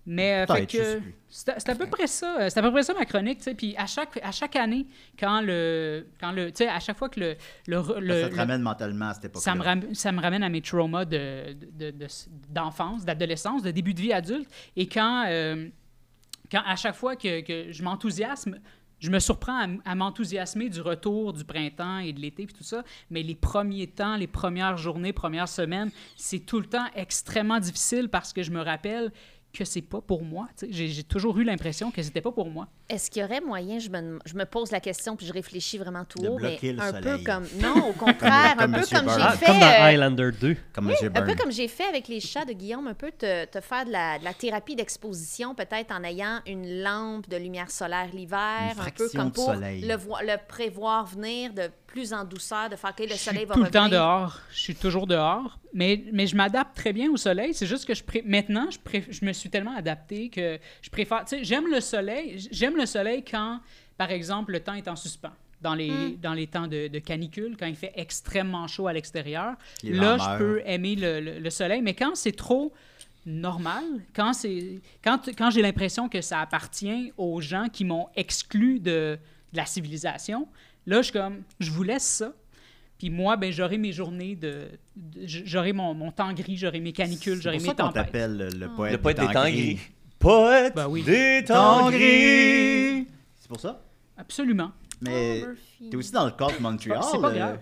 Mais euh, Peut-être, fait je sais que plus. c'est c'est à peu près ça, euh, c'est à peu près ça ma chronique, tu sais. Puis à chaque à chaque année, quand le quand le tu sais à chaque fois que le le, re- le- ça te le- ramène mentalement à cette époque-là. ça me, ram- ça me ramène à mes traumas de, de- de- d'enfance, d'adolescence, de début de vie adulte. Et quand, euh, quand à chaque fois que, que je m'enthousiasme, je me surprends à, m- à m'enthousiasmer du retour du printemps et de l'été puis tout ça, mais les premiers temps, les premières journées, premières semaines, c'est tout le temps extrêmement difficile parce que je me rappelle que c'est pas pour moi. tu sais. J'ai, j'ai toujours eu l'impression que c'était pas pour moi. Est-ce qu'il y aurait moyen, je me, je me pose la question puis je réfléchis vraiment tout De haut, mais bloquer le un peu soleil. comme. Non, au contraire, un Comme peu Monsieur comme Burns. j'ai Ah, fait. comme dans euh, Highlander 2. Comme Oui, Monsieur un peu Byrne. comme j'ai fait avec les chats de Guillaume, un peu te, te faire de la, de la thérapie d'exposition, peut-être en ayant une lampe de lumière solaire l'hiver, Une un peu fraction comme de pour soleil. le, vo- le prévoir venir de plus en douceur, de faire que le Je soleil suis va tout le revenir. temps dehors. Je suis toujours dehors. Mais, mais je m'adapte très bien au soleil. C'est juste que je pré- maintenant, je, pré- je me suis tellement adapté que je préfère. Tu sais, j'aime le soleil. J'aime le soleil quand, par exemple, le temps est en suspens. Dans les, dans les temps de, de canicule, quand il fait extrêmement chaud à l'extérieur, Les là, gens je peux aimer le, le- le soleil. Mais quand c'est trop normal, quand, c'est, quand, quand j'ai l'impression que ça appartient aux gens qui m'ont exclu de, de la civilisation, là, je suis comme, je vous laisse ça. Puis moi, ben, j'aurai mes journées de. de- j'aurai mon, mon temps gris, j'aurai mes canicules, C'est j'aurai pour mes ça qu'on tempêtes. t'appelle le poète Le poète des des temps gris. Poète Ben oui. des temps Temps gris. gris. C'est pour ça. Absolument. Mais t'es aussi dans le corps de Montréal. Ah, C'est pas grave.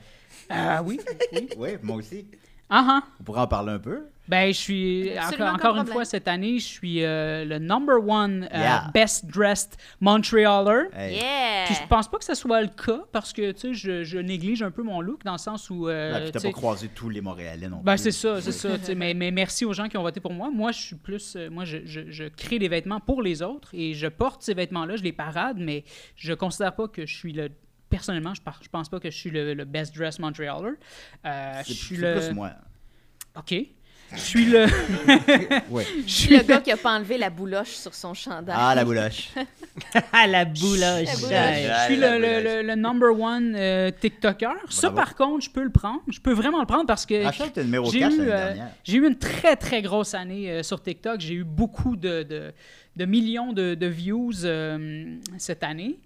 Ah oui. euh, ouais, moi aussi. Ah ah. On pourrait en parler un peu. Ben, je suis. Absolument aucun Encore, encore une problème. fois, cette année, je suis euh, le number one euh, Yeah. best dressed Montrealer. Hey. Yeah! Puis je pense pas que ça soit le cas parce que tu sais, je, je néglige un peu mon look dans le sens où. euh, Ah, puis t'as tu sais, pas croisé tous les Montréalais non Ben, plus. c'est ça, c'est ça. tu sais, mais, mais merci aux gens qui ont voté pour moi. Moi, je suis plus. euh, moi, je, je- je crée des vêtements pour les autres et je porte ces vêtements-là, je les parade, mais je considère pas que je suis le. Personnellement, je, par- je pense pas que je suis le, le best dressed Montrealer. Euh, je C'est suis plus, le. plus moi. OK. Je suis le. Ouais. Je suis le le- gars qui a pas enlevé la bouloche sur son chandail. Ah, la bouloche. Ah, la bouloche! La bouloche. Euh, je suis le, le- le- le number one euh, TikToker. Ça, Bravo. par contre, je peux le prendre. Je peux vraiment le prendre parce que Rachel était numéro j'ai 4 eu, l'année euh, dernière. j'ai eu une très, très grosse année euh, sur TikTok. J'ai eu beaucoup de, de- de millions de, de views euh, cette année.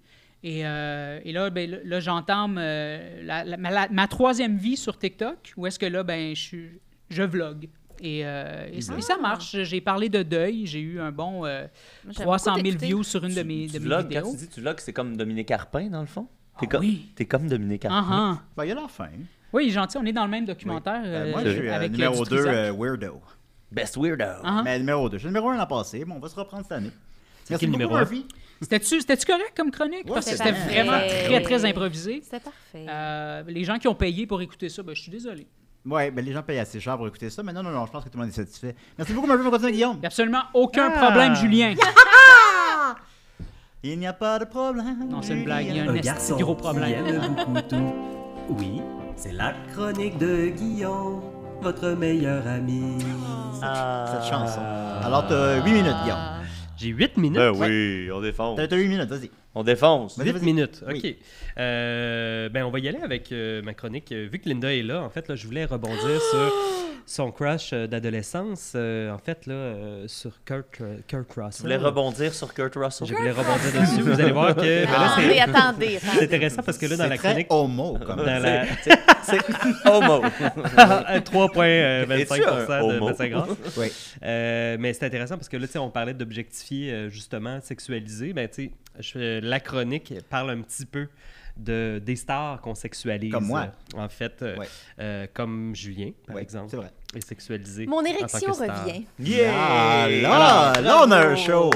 Et, euh, et là, ben, là, là, j'entame euh, la- la- ma, la- ma troisième vie sur TikTok, où est-ce que là, ben, je, suis- je vlog. Et, euh, Mmh. et ça, et ça marche. J'ai parlé de deuil. J'ai eu un bon euh, Moi, j'aime 300 000 beaucoup t'écouter. views sur une Tu- de mes, tu de mes vlogs, vidéos. Quand tu dis tu vlogs, c'est comme Dominique Carpin, dans le fond. T'es Ah comme, oui. t'es comme Dominique Ah, Carpin. ah. Ben, il a l'air fin. Oui, gentil, on est dans le même documentaire. Euh, Ben, euh, moi, je suis euh, avec euh, numéro du 2 Trisac. Weirdo. Best Weirdo. Ah, ah. Mais numéro 2. Je suis numéro 1 l'an passé. Bon, on va se reprendre cette année. qui le beaucoup, numéro un? Murphy. C'était-tu c'était-tu correct comme chronique? Ouais, Parce que c'est c'était parfait. vraiment très, très improvisé. C'était parfait. Euh, les gens qui ont payé pour écouter ça, ben, je suis désolé. Ouais, ben les gens payent assez cher pour écouter ça, mais non, non, non, je pense que tout le monde est satisfait. Merci beaucoup, Murphy, pour continuer, Guillaume. Y a Absolument aucun Ah. problème, Julien. Il n'y a pas de problème. Non, c'est une blague, il y a un Guillaume. esti de gros problème. qui aime beaucoup tout. Oui, c'est la chronique de Guillaume, votre meilleur ami. Ah. Cette chanson. Alors, t'as 8 minutes, Guillaume. J'ai 8 minutes. Ben oui, on défonce. T'as t'as 8 minutes, vas-y. On défonce. Vas-y, 8 vas-y. minutes, ok. Oui. Euh, ben, on va y aller avec euh, ma chronique. Euh, Vu que Linda est là, en fait, là, je voulais rebondir Ah! sur son crush euh, d'adolescence, euh, en fait, là, euh, sur Kurt, euh, Kurt Russell. Je voulais rebondir sur Kurt Russell. Je voulais rebondir dessus. Vous allez voir que ben là, Ah, c'est- mais attendez, c'est attendez. intéressant parce que là, dans C'est la très chronique, homo, comme dans ça. la C'est homo. à 3,25% Es-tu un de homo? matière grasse. Oui. Euh, mais c'est intéressant parce que là, tu sais, on parlait d'objectifier, euh, justement, sexualiser. Ben, tu sais, je- euh, la chronique parle un petit peu de, des stars qu'on sexualise. Comme moi. euh, en fait, euh, Ouais. euh, comme Julien, par Ouais, exemple. c'est vrai. Et sexualisé. Mon en tant que érection star. revient. Ah, là, là, on a un show.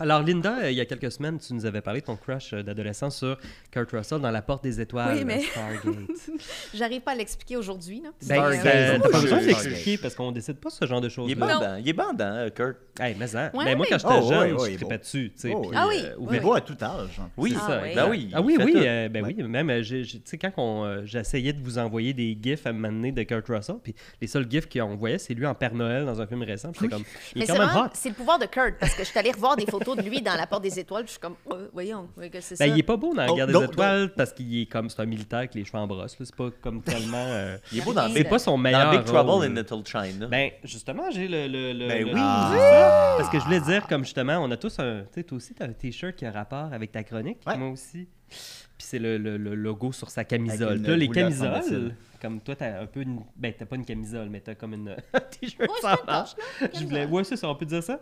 Alors, Linda, euh, il y a quelques semaines, tu nous avais parlé de ton crush euh, d'adolescent sur Kurt Russell dans La Porte des Étoiles. Oui, mais- Stargate. J'arrive pas à l'expliquer aujourd'hui. là. Ben, Euh, Stargate. euh, t'as pas besoin de Stargate. l'expliquer parce qu'on décide pas ce genre de choses. Il est bandant, il est bandant, euh, Kurt. Hey, mais hein. Ouais, ben, moi, ouais. quand j'étais Oh, jeune, ouais, ouais, je tripais bon. dessus. tu sais, Oh, puis, oui. Ah oui, euh, oui, Mais ouvert- beau à tout âge. en plus. Oui, C'est ça, oui. ben oui. Ah oui, fais oui, tout. euh, ben Ouais. oui, même, euh, j'ai- j'ai- tu sais, quand on, euh, j'essayais de vous envoyer des gifs à me mener de Kurt Russell, puis les seuls gifs qu'on voyait, c'est lui en Père Noël dans un film récent, puis j'étais comme, il Mais est c'est quand même vraiment- hot. c'est le pouvoir de Kurt, parce que je suis allée revoir des photos de lui dans la porte des étoiles, puis je suis comme, euh, voyons, oui, que c'est ça. Ben, il est pas beau dans la Oh, guerre des non, étoiles parce qu'il est comme, c'est un militaire avec les cheveux en brosse, là, c'est pas comme tellement, euh, Il est beau dans, C'est c'est Big- pas son dans meilleur Big Trouble rôle. in Little China. Ben, justement, j'ai le. le, le- Ben le- oui. c'est Ah. ça. Parce que je voulais dire, comme justement, on a tous un. Tu sais, toi aussi, t'as un t-shirt qui a rapport avec ta chronique. Ouais. Moi aussi. Puis c'est le, le- le logo sur sa camisole. Avec une Là, les boule à camisoles. semble-t-il. Comme toi, t'as un peu une. Ben, t'as pas une camisole, mais t'as comme une un t-shirt Ouais, c'est sans un manche. torse, Je camisole. voulais. Ouais, c'est ça, on peut dire ça.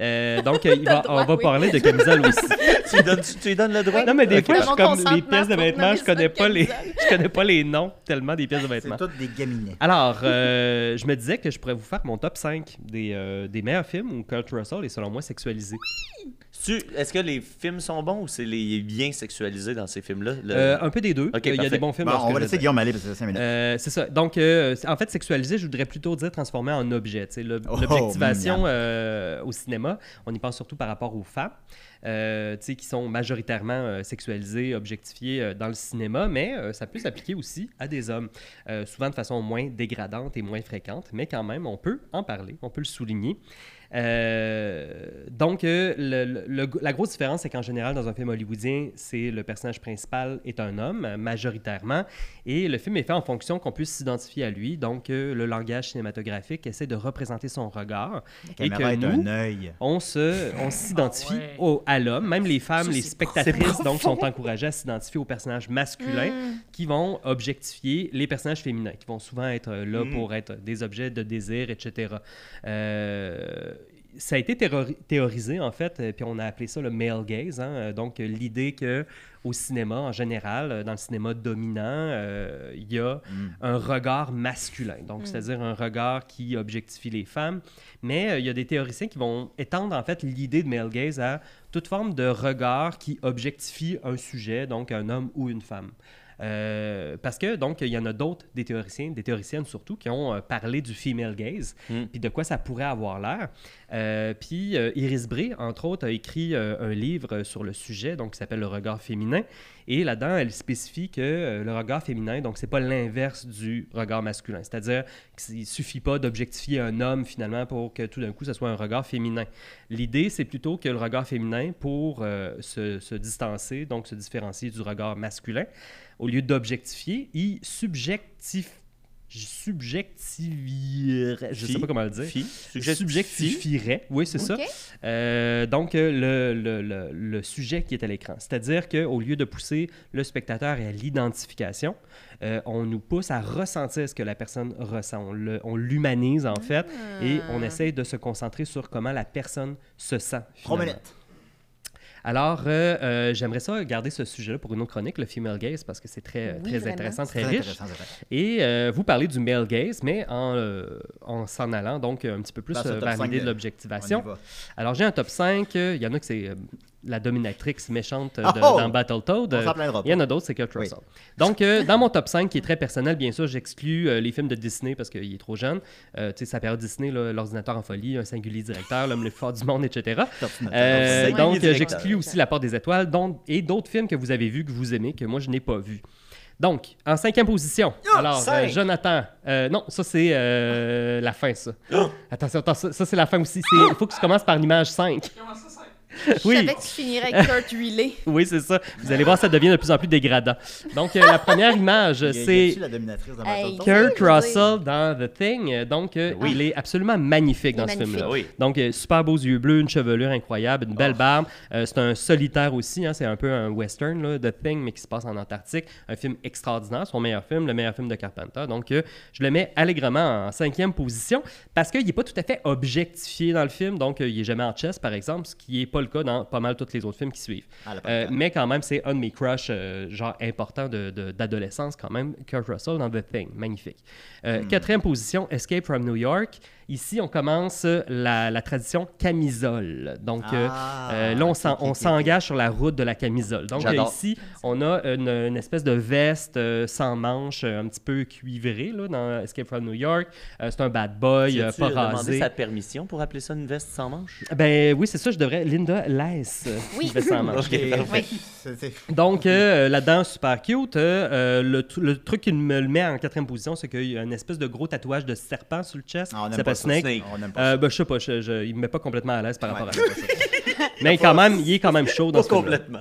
Euh, donc, il T'as va- le on va droit, oui. parler de camisole aussi. tu, lui donnes, tu- tu lui donnes le droit. Non, mais des Ok, fois, je parfait. suis Mon comme les consentement pièces de pour vêtements, nommer je connais ça pas les. camisole. Je connais pas les noms tellement des pièces de C'est vêtements. toutes des gaminets. Alors, euh, je me disais que je pourrais vous faire mon top 5 des, euh, des meilleurs films où Kurt Russell est selon moi sexualisé. Tu- Est-ce que les films sont bons ou c'est les bien sexualisé dans ces films-là? Le- Euh, un peu des deux. Ok, Il y a parfait. des bons films. Bon, dans ce on que va je laisser dis. Guillaume aller parce que c'est 5 minutes. Euh, c'est ça. Donc, euh, c'est- en fait, sexualisé, je voudrais plutôt dire transformé en objet. Tu sais, l'ob- Oh, L'objectivation miam. euh, au cinéma, on y pense surtout par rapport aux femmes, euh, tu sais, qui sont majoritairement euh, sexualisées, objectifiées euh, dans le cinéma, mais euh, ça peut s'appliquer aussi à des hommes, euh, souvent de façon moins dégradante et moins fréquente, mais quand même, on peut en parler, on peut le souligner. Euh, donc, euh, le- le- le- la grosse différence, c'est qu'en général, dans un film hollywoodien, c'est le personnage principal est un homme, euh, majoritairement, et le film est fait en fonction qu'on puisse s'identifier à lui. Donc, euh, le langage cinématographique essaie de représenter son regard. La Et caméra que est nous, un œil. on se, on s'identifie ouais. au- à l'homme. Même les femmes, Ça, les c'est spectatrices, donc, sont encouragées à s'identifier aux personnages masculins qui vont objectifier les personnages féminins, qui vont souvent être euh, là Hmm. Mm. pour être des objets de désir, etc. Euh, ça a été théori- théorisé, en fait, euh, puis on a appelé ça le male gaze. hein, euh, donc, euh, l'idée que au cinéma, en général, euh, dans le cinéma dominant, euh, il y a Hmm. un regard masculin. Donc, c'est-à-dire un regard qui objectifie les femmes. Mais euh, il y a des théoriciens qui vont étendre, en fait, l'idée de male gaze à toute forme de regard qui objectifie un sujet, donc un homme ou une femme. Euh, parce que, donc, il y en a d'autres, des théoriciens, des théoriciennes surtout, qui ont euh, parlé du female gaze, Mm. puis de quoi ça pourrait avoir l'air. Euh, puis euh, Iris Bray, entre autres, a écrit euh, un livre euh, sur le sujet, donc qui s'appelle Le regard féminin. Et là-dedans, elle spécifie que euh, le regard féminin, donc, c'est pas l'inverse du regard masculin. C'est-à-dire qu'il suffit pas d'objectifier un homme, finalement, pour que tout d'un coup, ce soit un regard féminin. L'idée, c'est plutôt que le regard féminin, pour euh, se, se distancer, donc se différencier du regard masculin, au lieu d'objectifier, il subjectif... subjectiverait... Je sais Fi- pas comment le dire. Fi- Je sujet- fi- subjectifierait. Oui, c'est ça. OK? Euh, donc, euh, le, le- le- le sujet qui est à l'écran. C'est-à-dire qu'au lieu de pousser le spectateur à l'identification, euh, on nous pousse à ressentir ce que la personne ressent. On le- On l'humanise, en fait, et on essaye de se concentrer sur comment la personne se sent. finalement. Promenette. Alors, euh, euh, j'aimerais ça garder ce sujet-là pour une autre chronique, le female gaze, parce que c'est très, euh, Oui, très vraiment. intéressant, très, Très riche. intéressant, c'est vrai. Et euh, vous parlez du male gaze, mais en euh, en s'en allant donc un petit peu plus Vers ce euh, top vers 5 l'idée de de- l'objectivation. On y va. Alors, j'ai un top 5. euh, Il y en a que c'est euh, la dominatrix méchante euh, de- Oh! dans Battletoad. On euh, s'en plaindra Il y en pas. a d'autres, c'est Kurt Oui. Russell. Donc, euh, dans mon top 5, qui est très personnel, bien sûr, j'exclus euh, les films de Disney parce qu'il est trop jeune. Euh, tu sais, sa période Disney, là, l'ordinateur en folie, un singulier directeur, l'homme le plus fort du monde, etc. Euh, Top Ouais, donc, directeur. j'exclus aussi La Porte des Étoiles dont- et d'autres films que vous avez vus, que vous aimez, que moi, je n'ai pas vus. Donc, en cinquième position, Ah, alors, euh, cinq! Jonathan, euh, non, ça, c'est euh, la fin, ça. Ah! Attention, attends, ça, ça, c'est la fin aussi. C'est- Il faut que tu commences par l'image 5. Je Oui, savais que tu finirais avec Kurt Riley. oui c'est ça. Vous allez voir, ça devient de plus en plus dégradant. Donc, euh, la première image, Il y a- y c'est a-tu la dominatrice dans Hey, Battletoads? Ben Kurt Oui, je veux Russell dans The Thing. Donc, euh, Oui. il est absolument magnifique Il est dans ce magnifique. film-là. Ah oui. Donc, euh, super beaux yeux bleus, une chevelure incroyable, une Oh. belle barbe. Euh, c'est un solitaire aussi, hein, c'est un peu un western, là, The Thing, mais qui se passe en Antarctique. Un film extraordinaire, son meilleur film, le meilleur film de Carpenter. Donc, euh, je le mets allègrement en cinquième position parce qu'il n'est pas tout à fait objectifié dans le film. Donc, euh, il n'est jamais en chess, par exemple, ce qui n'est pas le cas dans pas mal tous les autres films qui suivent. Ah, la Euh, patate. mais quand même, c'est un de mes crushs, euh, genre important de- de- d'adolescence, quand même, Kurt Russell dans The Thing. Magnifique. Euh, Hmm. Quatrième position, Escape from New York. Ici, on commence euh, la, la tradition camisole. Donc, euh, Ah, euh, là, on s'en- ok, ok, on ok. s'engage sur la route de la camisole. Donc, euh, J'adore. ici, on a une, une espèce de veste euh, sans manches, euh, un petit peu cuivrée, là, dans Escape from New York. Euh, c'est un bad boy, euh, As-tu pas rasé. demandé sa permission pour appeler ça une veste sans manche? Ben oui, c'est ça, je devrais. Linda laisse euh, Oui. une veste sans manches. Ok, parfait. C'est- c'est- Donc, euh, là-dedans, super cute. Euh, euh, le, tr- le truc qui me le met en quatrième position, c'est qu'il y a une espèce de gros tatouage de serpent sur le chest. Ah, on Ça aime s'appelle pas ça, Snake. Snake. On n'aime pas Euh, ben, je sais pas, je, je- il me met pas complètement à l'aise par rapport à ça. Ouais, c'est pas ça. Mais quand même, il est quand même chaud dans Pas ce film complètement.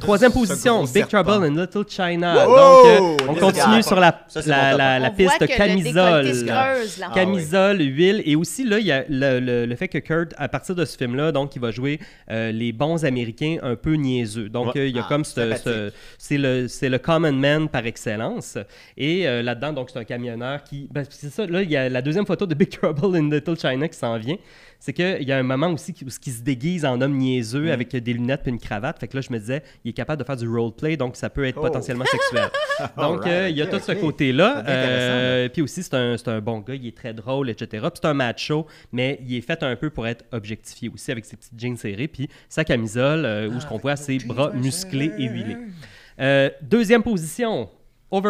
Troisième Ce position, gros Big serpent. Trouble in Little China. Wow! Donc, euh, on Little continue China. sur la, Ça, c'est mon la, top la, la un. On voit piste que le décolleté se camisole. creuse, là. Ah, Camisole, huile, et aussi là, il y a le, le- le fait que Kurt, à partir de ce film-là, donc, il va jouer euh, les bons Américains un peu niaiseux. Donc, Ouais. euh, il y a Ah, comme ce- sympathique. ce- c'est le c'est le common man par excellence. Et euh, là-dedans, donc, c'est un camionneur qui, ben, c'est ça. Là, il y a la deuxième photo de Big Trouble in Little China qui s'en vient. C'est qu'il y a un moment aussi qui- où il se déguise en homme niaiseux Mm. avec des lunettes puis une cravate. Fait que là, je me disais, il est capable de faire du roleplay, donc ça peut être Oh. potentiellement sexuel. donc, Alright, euh, il y a ok, tout ce ok. côté-là. Ça devient intéressant, Euh, puis aussi, c'est un, c'est un bon gars, il est très drôle, etc. Puis c'est un macho, mais il est fait un peu pour être objectifié aussi avec ses petites jeans serrées, puis sa Ah, camisole, euh, où ce qu'on voit ses bras musclés et huilés. Euh, deuxième position,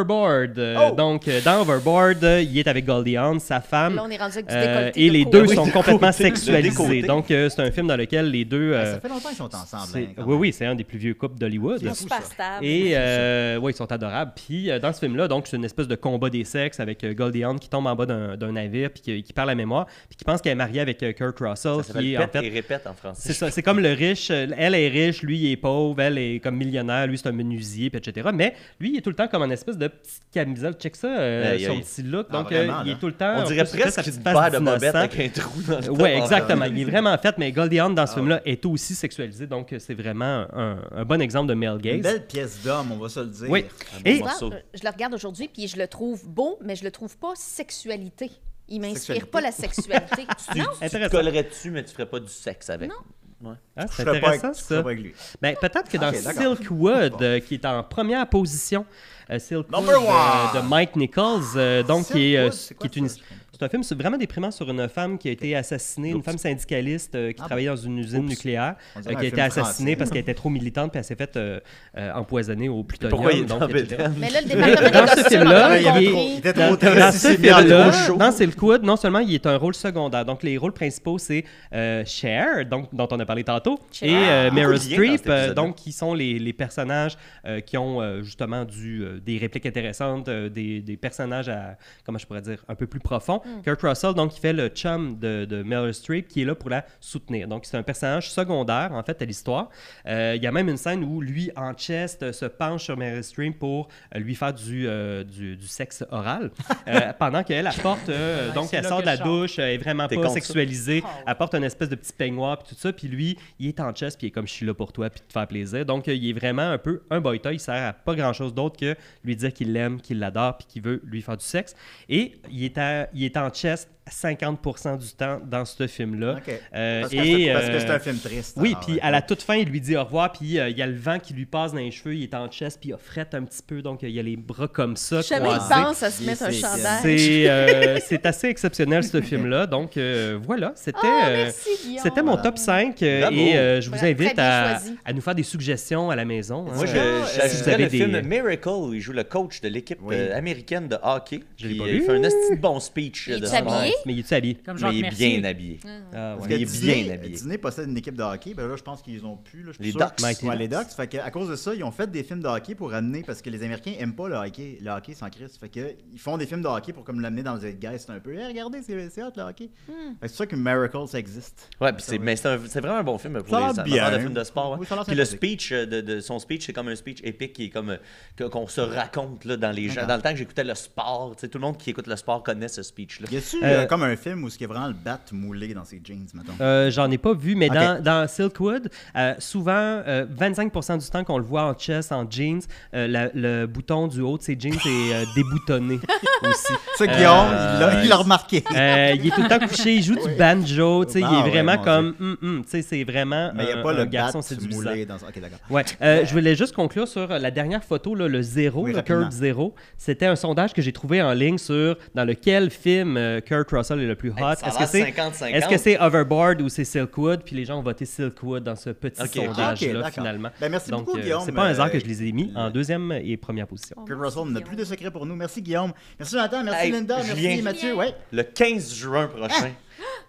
Overboard. Euh, Oh! Donc, euh, dans Overboard, euh, il est avec Goldie Hawn, sa femme. Là, on est rendu avec du euh, décolleté. et de les cours. deux Oui, sont de complètement côté, de sexualisés. décolleté. Donc, euh, c'est un film dans lequel les deux. euh, Ah, Ça fait longtemps qu'ils sont ensemble. c'est- hein, quand oui, même. oui, c'est un des plus vieux couples d'Hollywood. Ils sont super stables. Et euh, ouais, ils sont adorables. Puis euh, dans ce film-là, donc c'est une espèce de combat des sexes avec euh, Goldie Hawn qui tombe en bas d'un d'un navire puis qui, qui perd la mémoire puis qui pense qu'elle est mariée avec euh, Kurt Russell Ça s'appelle qui est en Pète fait et répète en français. c'est ça, c'est comme le riche. euh, Elle est riche, lui il est pauvre, elle est comme millionnaire, lui c'est un menuisier, puis etc. Mais lui il est tout le temps comme un espèce de petite camisole. Check ça, euh, Aïe, son aïe. petit look. Ah, Donc vraiment, euh, il là. est tout le temps. On en dirait plus, il fait sa presque petite une face paire de bobette d'innocent. avec un trou dans le hein. Ah Ouais, top. exactement. Il est vraiment fait, mais Goldie Hawn dans ce film-là est aussi sexualisé, donc euh, c'est vraiment un, un bon exemple de male Une gaze. belle pièce d'homme, on va se le dire. Oui. Tu Et vois, morceau. euh, je le regarde aujourd'hui, puis je le trouve beau, mais je le trouve pas sexualité. Il m'inspire Sexualité. pas la sexualité. Tu, Ah non? tu te Intéressant. collerais dessus, mais tu ferais pas du sexe avec. Ouais. Ah, Je c'est serais pas avec- intéressant je serais ça. pas avec lui. Ben, peut-être que dans Ok, d'accord. Silkwood, euh, qui est en première position, euh, Silkwood Number euh, one. de Mike Nichols, euh, donc qui est, euh, Silkwood, c'est qui quoi est une- ça? Je connais c'est un film sur- vraiment déprimant sur une femme qui a été assassinée, une femme syndicaliste euh, qui Ah bon. travaillait dans une usine Oups. nucléaire, On euh, dirait qui a un été film assassinée français. parce qu'elle était trop militante puis elle s'est faite euh, euh, empoisonner au plutonium. Pourquoi il est donc, en etc. bédaine? Mais là, le département Dans ce des costumes, film-là, on a il y avait compris. trop- il était Dans, trop dans triste, ce il s'est mis en film-là, trop chaud. dans Silkwood, non seulement il est un rôle secondaire, donc les rôles principaux c'est euh, Cher, donc dont on a parlé tantôt, Cher. et euh, Ah, Meryl beaucoup de liens dans Streep, cet épisode-là. euh, donc qui sont les, les personnages euh, qui ont euh, justement du, euh, des répliques intéressantes, euh, des, des personnages à comment je pourrais dire un peu plus profonds. Kurt Russell donc qui fait le chum de, de Meryl Streep qui est là pour la soutenir. Donc c'est un personnage secondaire en fait à l'histoire. Euh, Il y a même une scène où lui en chest euh, se penche sur Meryl Streep pour euh, lui faire du, euh, du, du sexe oral euh, pendant qu'elle apporte euh, Ouais, donc c'est elle là sort que de la je sors. douche, elle est vraiment T'es pas contre ça? sexualisée, Oh. Ah ouais. elle porte une espèce de petit peignoir puis tout ça puis lui il est en chest puis il est comme je suis là pour toi puis te faire plaisir. Donc euh, il est vraiment un peu un boy toy, il sert à pas grand-chose d'autre que lui dire qu'il l'aime, qu'il l'adore puis qu'il veut lui faire du sexe et il est à- il est en chest 50% du temps dans ce film là. Ok. Euh, Parce que et, c'est- parce que euh, c'est un film triste. oui, alors, puis ouais. à la toute fin, il lui dit au revoir, puis euh, il y a le vent qui lui passe dans les cheveux, il est en chest, puis il a frette un petit peu, donc euh, il a les bras comme ça, Jamais il croisés. pense à se Il mettre un s'est- chandail. C'est euh, c'est assez exceptionnel, ce film-là. Donc euh, voilà, c'était Ah, euh, merci, Guillaume. c'était mon top 5 euh, Bravo. et euh, je vous Voilà, très invite bien à, choisi. à nous faire des suggestions à la maison. hein. Moi, je, Euh, je- si vous j'ajouterais avez le des- film Miracle où il joue le coach de l'équipe Oui. euh, américaine de hockey. Je l'ai Puis, pas euh, vu. Il fait un esti de bon speech. Il euh, est de habillé? son- Oui. Mais il est-tu habillé? Comme Mais Jacques il est Mercier. bien habillé. Ah, Parce ouais. que Il est Disney- bien habillé. Disney possède une équipe de hockey. Ben là, je pense qu'ils ont pu. Là, je suis Les sûr. Ducks. Mighty Ouais, les Ducks. Ducks. Fait que, à cause de ça, ils ont fait des films de hockey pour amener. Parce que les Américains aiment pas le hockey. Le hockey sans crise. Fait que, ils font des films de hockey pour comme l'amener dans le zeitgeist un peu. Hey, regardez, c'est c'est hot le hockey. Hmm. Fait que C'est sûr que Miracle, ça existe. Ouais, puis Ça c'est va. mais c'est un- c'est vraiment un bon film pour Ça a les l'air amateurs de bien. films de sport. hein. Oui, ça a l'air Puis le sympathique. speech euh, de, de son speech, c'est comme un speech épique qui est comme euh, que- qu'on se raconte là, dans les gens. Dans le temps que j'écoutais le sport, tu sais, tout le monde qui écoute le sport connaît ce speech là. Y a-tu Euh, euh, comme un film où ce qui est vraiment le bat moulé dans ses jeans, mettons? Euh, J'en ai pas vu, mais Ok. dans, dans Silkwood, euh, souvent, euh, 25% du temps qu'on le voit en chest, en jeans, euh, la- le bouton du haut de ses jeans est euh, déboutonné aussi. Ça, Guillaume, il l'a- il l'a nice. remarqué. Euh, il est tout le temps couché, il joue du banjo, tu sais, il Ah est ouais, vraiment mon comme, hum, hum, tu sais, c'est vraiment Mais il n'y un, a pas un le garçon bat séduisant. moulé dans son. Ok, d'accord. Ouais. Euh, je voulais juste conclure sur euh, la dernière photo, là, le zéro, Oui, le rapidement. Curb zéro. C'était un sondage que j'ai trouvé en ligne sur dans lequel film euh, Kurt Russell est le plus hot. Hey, ça a Est-ce que l'air c'est 50-50. est-ce que c'est Overboard ou c'est Silkwood Puis les gens ont voté Silkwood dans ce petit Ok. sondage Ok, là d'accord. finalement. Ben, merci Donc beaucoup, euh, Guillaume. c'est pas un hasard Euh, que je les ai mis en deuxième et première position. Oh, Kurt merci, Russell, on n'a Guillaume. plus de secrets pour nous. Merci, Guillaume. Merci, Jonathan. Merci, Hey, Linda. Julien. Merci, Mathieu. Ouais. le 15 juin prochain.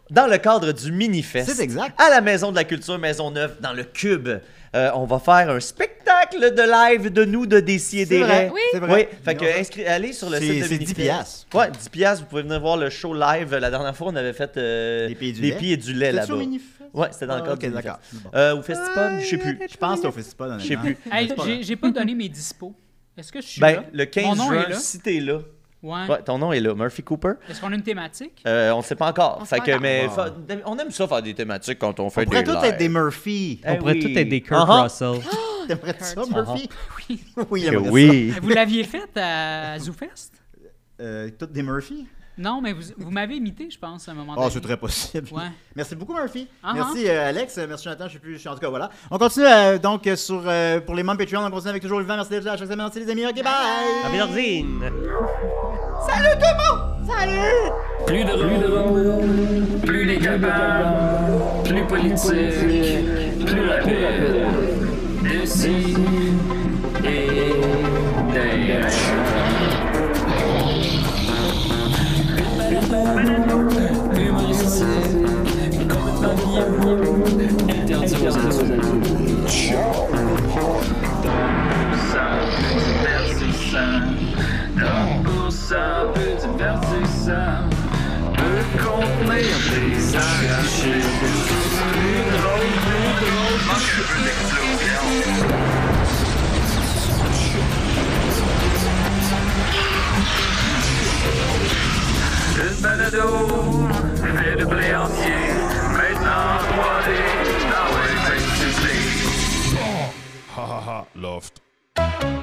Dans le cadre du mini-fest. Ah! C'est exact. À la Maison de la Culture Maisonneuve, dans le Cube. Euh, on va faire un spectacle de live de nous, de Décis et C'est des vrai, Raies. oui. c'est vrai. Oui, fait que Bien inscri- allez sur le C'est- site de c'est Minifest. 10 piastres. Ouais, 10 piastres. Vous pouvez venir voir le show live. La dernière fois, on avait fait euh, Les Pieds du Lait. Pieds du Lait C'était-tu là-bas. au Minifest? Ouais, c'était dans le Ah, cadre ok, du Minifest. d'accord. Bon. Euh, au Festival, je sais plus. Je pense que c'est au festival, Je sais honnêtement. plus. Hey, C'est pas j'ai- J'ai pas donné mes dispos. Est-ce que je suis Ben, là? le 15 Mon nom juin, est là. si t'es là. hein. Ouais. Ouais, ton nom est là, Murphy Cooper. Est-ce qu'on a une thématique? Euh, on ne sait pas encore. On sait fait pas que, encore. mais Wow. fa- on aime ça faire des thématiques quand on fait Ah. On pourrait des tous lives. être des Murphy. On Eh pourrait oui. tout être des Kurt Ah ah. Russell. Oh! T'aimerais ça, Kurt. Murphy? Ah, Oui. Oui, il Que aimerait oui. Vous l'aviez faite à ZooFest? ça. Euh, toutes des Murphy? Non, mais vous, vous m'avez imité, je pense, à un Ah, moment Oh, donné. c'est très possible. Ouais. Merci beaucoup, Murphy. Ah, Merci, euh, Alex. Euh, Merci, Jonathan. Je sais plus. je suis- En tout cas, voilà. On continue euh, donc euh, sur, euh, pour les membres Patreon. On continue avec toujours le vent. Merci d'être là à chaque semaine. Merci, les amis. OK, bye. La Bédardine. Plus de rôle, plus les capables, plus politique, plus rapide. D'ici et d'ailleurs. Une balado, fait de blé entier, maintenant 3D, dans le Ha ha ha, loft.